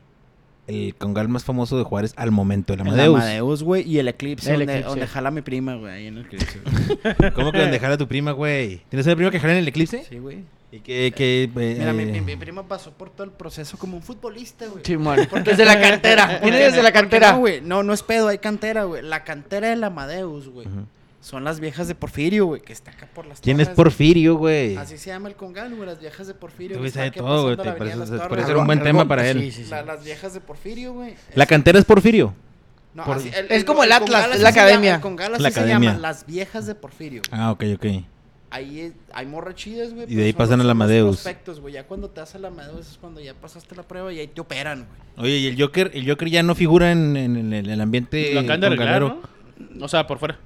S1: el congal más famoso de Juárez al momento, el Amadeus?
S4: güey. Y el eclipse,
S3: El
S4: donde,
S3: Eclipse.
S4: donde jala mi prima, güey. Ahí en el eclipse. güey.
S1: ¿Cómo que donde jala tu prima, güey? ¿Tienes una prima que jala en el eclipse?
S4: sí, güey.
S1: Y que, que, eh,
S4: Mira, mi,
S1: eh,
S4: mi- mi prima pasó por todo el proceso como un futbolista, güey. Eh,
S3: Simón, desde la cantera, viene desde la
S4: Porque
S3: cantera.
S4: No, güey. No, no es pedo, hay cantera, güey. La cantera del Amadeus, güey. Son las viejas de Porfirio, güey, que está acá por las
S1: ¿Quién es Porfirio,
S4: Porfirio?
S1: güey?
S4: Así se llama el congal, güey, las viejas de Porfirio.
S1: Tú
S4: que pues
S1: ves
S4: están
S1: de
S4: aquí
S1: todo, güey.
S4: pasando
S1: te
S4: la avenida
S1: parece-
S4: Las
S1: Por
S4: Torres,
S1: eso era un buen
S3: Algón,
S1: tema para
S3: sí,
S1: él.
S3: sí, sí.
S4: La- las viejas de Porfirio, güey.
S1: La cantera es Porfirio.
S4: No,
S1: por-
S4: así-
S3: Es como el Atlas,
S4: congal
S3: es la
S4: así se llama-
S3: academia.
S4: El congal así
S1: La
S4: se
S1: academia.
S4: llama las viejas de Porfirio. güey.
S1: Ah, ok, ok.
S4: Ahí es- hay morras chidas, güey.
S1: Y de
S4: pero
S1: ahí
S4: son
S1: pasan
S4: los-
S1: al
S4: son los
S1: Amadeus.
S4: prospectos, güey. Ya cuando te das al Amadeus es cuando ya pasaste la prueba y ahí te operan, güey.
S1: Oye, y el Joker, el Joker ya no figura en, en- en el, el ambiente
S2: Lo acaban de arreglar,
S1: congalero.
S2: ¿no? O sea, por fuera.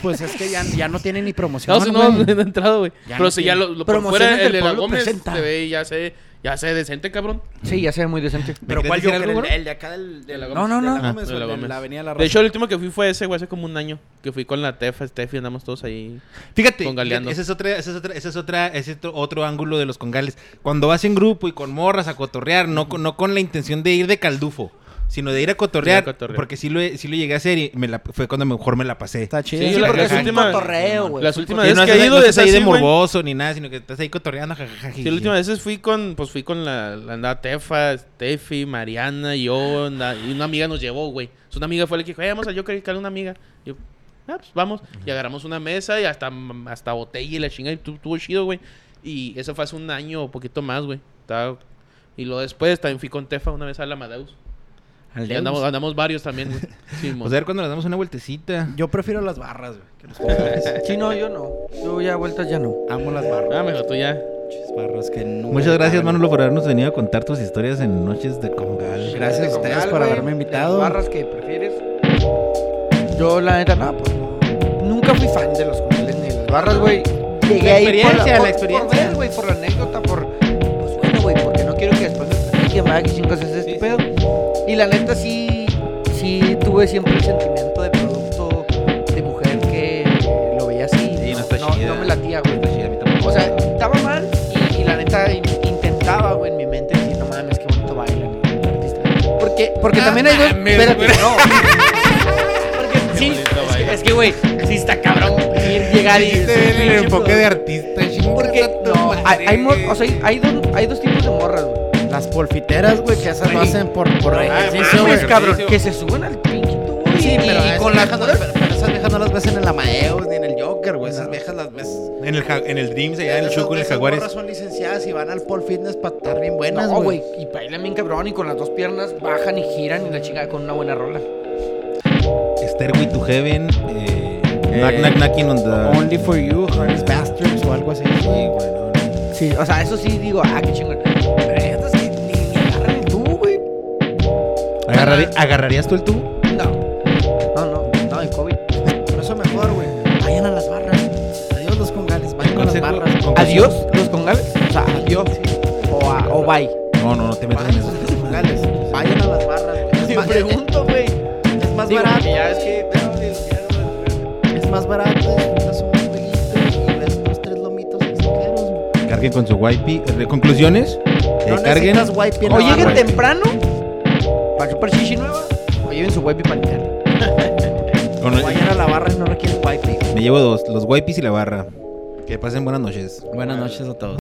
S4: Pues es que ya, ya no tiene ni promoción,
S2: No, sí, no, no
S4: güey.
S2: he entrado, güey.
S4: Ya
S2: Pero
S4: no
S2: si ya
S4: tiene.
S2: lo, lo- por fuera,
S3: Promociones
S2: el
S3: del
S2: de la
S3: pueblo
S2: Gómez
S3: presenta.
S2: se ve y ya se, ya se ve decente, cabrón.
S3: Sí, ya se ve muy decente.
S4: Pero ¿cuál
S1: ¿Quieres decir
S4: Joker?
S1: algo,
S4: El,
S1: güey?
S4: el de acá del... del-
S2: la
S4: de
S2: Gómez.
S4: no, no,
S3: Ah,
S4: no. Gómez,
S2: de
S4: o
S2: la
S4: el
S2: Gómez.
S4: la avenida La Raza.
S2: De hecho, el último que fui fue ese, güey, hace como un año. Que fui con la Tefa, Steffi, andamos todos ahí.
S1: Fíjate,
S2: Congaleando.
S1: ese es otra, ese es otra, ese es otra, ese es otro- otro ángulo de los congales. Cuando vas en grupo y con morras a cotorrear, no, con- no con la intención de ir de caldufo, sino de ir a cotorrear,
S2: Ir a cotorrear.
S1: porque sí lo, he- sí lo llegué a hacer y me la- fue cuando mejor me la pasé.
S4: está chido.
S2: Sí,
S3: Sí,
S2: la-
S3: porque
S2: la
S3: es un
S2: última-
S3: cotorreo, güey.
S2: Las
S3: Es un
S2: últimas
S1: Sí,
S2: veces
S1: no
S2: que
S1: estás-
S2: he
S1: no
S2: ido de
S1: estás ahí de
S2: esas, güey.
S1: morboso ni nada, sino que estás ahí cotorreando. jajaja,
S2: Sí, la última vez fui con, pues fui con la, la andaba Tefa, Tefi, Mariana, yo, anda- y una amiga nos llevó, güey. Entonces, Una amiga fue la que dijo, "Eh, vamos a yo quería una amiga. Y yo, ah, pues vamos. Y agarramos una mesa y hasta, hasta botella y la chingada, y tu- tuvo chido, güey. Y eso fue hace un año o poquito más, güey. Estaba- Y luego después también fui con Tefa una vez a la Amadeus. Y andamos, andamos varios también, güey. Sí, mo-
S1: Pues a ver cuando nos damos una vueltecita.
S4: Yo prefiero las barras, güey. que
S2: Oh.
S4: los-
S3: Sí, no, yo no. Yo ya vueltas ya no.
S4: Amo las barras.
S2: Ah, mejor tú ya.
S4: Pinches barras que
S2: Oh,
S4: nunca
S1: Muchas gracias,
S4: acaban.
S1: Manolo, por habernos venido a contar tus historias en Noches de Congal.
S4: Gracias a ustedes
S3: Congal,
S4: por
S3: güey,
S4: haberme invitado.
S3: Las barras que prefieres. Yo, la neta, no, pues no. Nunca fui fan de los congales ni de las barras, güey. Llegué
S1: La
S3: ahí por
S1: experiencia, la
S3: por-
S1: experiencia.
S3: Por ver, güey, por la anécdota, por. Pues bueno, güey, porque no quiero que después me platiquen, ¿verdad? Que chingos es este pedo. Y la neta, sí. Sí, tuve siempre el sentimiento de producto de mujer que lo veía así.
S1: Sí, no
S3: no,
S1: está
S3: no,
S1: chida.
S3: no me latía, güey.
S1: Está chida, a mí tampoco.
S3: O sea, estaba mal y, y la neta in- intentaba, güey, en mi mente decir, no mames, qué bonito baila el artista. Porque, porque también hay, güey, espérate, no. Porque, sí, es que- es que, güey, sí está cabrón ir llegar y
S5: Este el
S3: pinche
S5: enfoque de artista.
S3: Porque no, hay, hay, mor- o sea, hay- hay dos, hay dos tipos de morras, güey.
S4: Las polfiteras, güey, que esas lo hacen por, por
S5: Ah,
S4: ejercicio,
S3: Mames,
S4: güey.
S3: cabrón, que se suben al pinche tubo
S4: Sí,
S3: y,
S4: pero,
S3: y con
S4: con
S3: las
S4: viejas, no- pero, pero esas viejas no las ves en el Amadeus ni en el Joker, güey. Esas viejas las ves.
S5: En el, ja- en el Dreams, allá en el
S4: Esas-
S5: Choco, en el
S4: esas
S5: Jaguares.
S4: morras son licenciadas y van al Paul Fitness para estar bien buenas,
S3: No,
S4: güey.
S3: güey, y bailan bien cabrón y con las dos piernas bajan y giran y la chingada con una buena rola.
S1: Stairway to Heaven. Eh, knock, knock, knocking on the.
S4: Only for you, Honest Bastards o algo así.
S1: Sí, güey, no, no.
S3: Sí, o sea, eso sí digo, ah, qué chingón. Pero hay otras que ni, ni agarran tú, güey.
S1: Agarrari- ¿Agarrarías tú el tubo?
S3: No. No, no, no, el COVID.
S4: Por eso mejor, güey. Vayan a las barras. Adiós los congales, vayan a las
S1: Consejo-
S4: barras.
S1: consejo-
S3: Adiós, los congales. O sea, adiós. O, a- o bye.
S1: No, no, no te metas en
S4: Vayan a
S1: eso.
S4: los congales, vayan a las barras. güey. Es
S3: Te
S4: más-
S3: pregunto, güey.
S4: Es más
S3: Digo,
S4: barato.
S3: porque ya es que-
S4: Es más barato. Disfrutas un jueguito y ves dos, tres lomitos extranjeros. güey.
S1: Carguen con su wipi. Eh, ¿Conclusiones? Eh,
S4: No
S1: carguen.
S4: necesitas wipe en
S3: O
S4: la
S3: lleguen
S4: barra.
S3: temprano para chupar chichi nueva o lleven su web y para limpiar.
S1: Con-
S4: O Vayan a la barra y no requieren wipe.
S1: me llevo dos, los wipis y la barra. Que pasen buenas noches.
S4: Buenas noches a todos.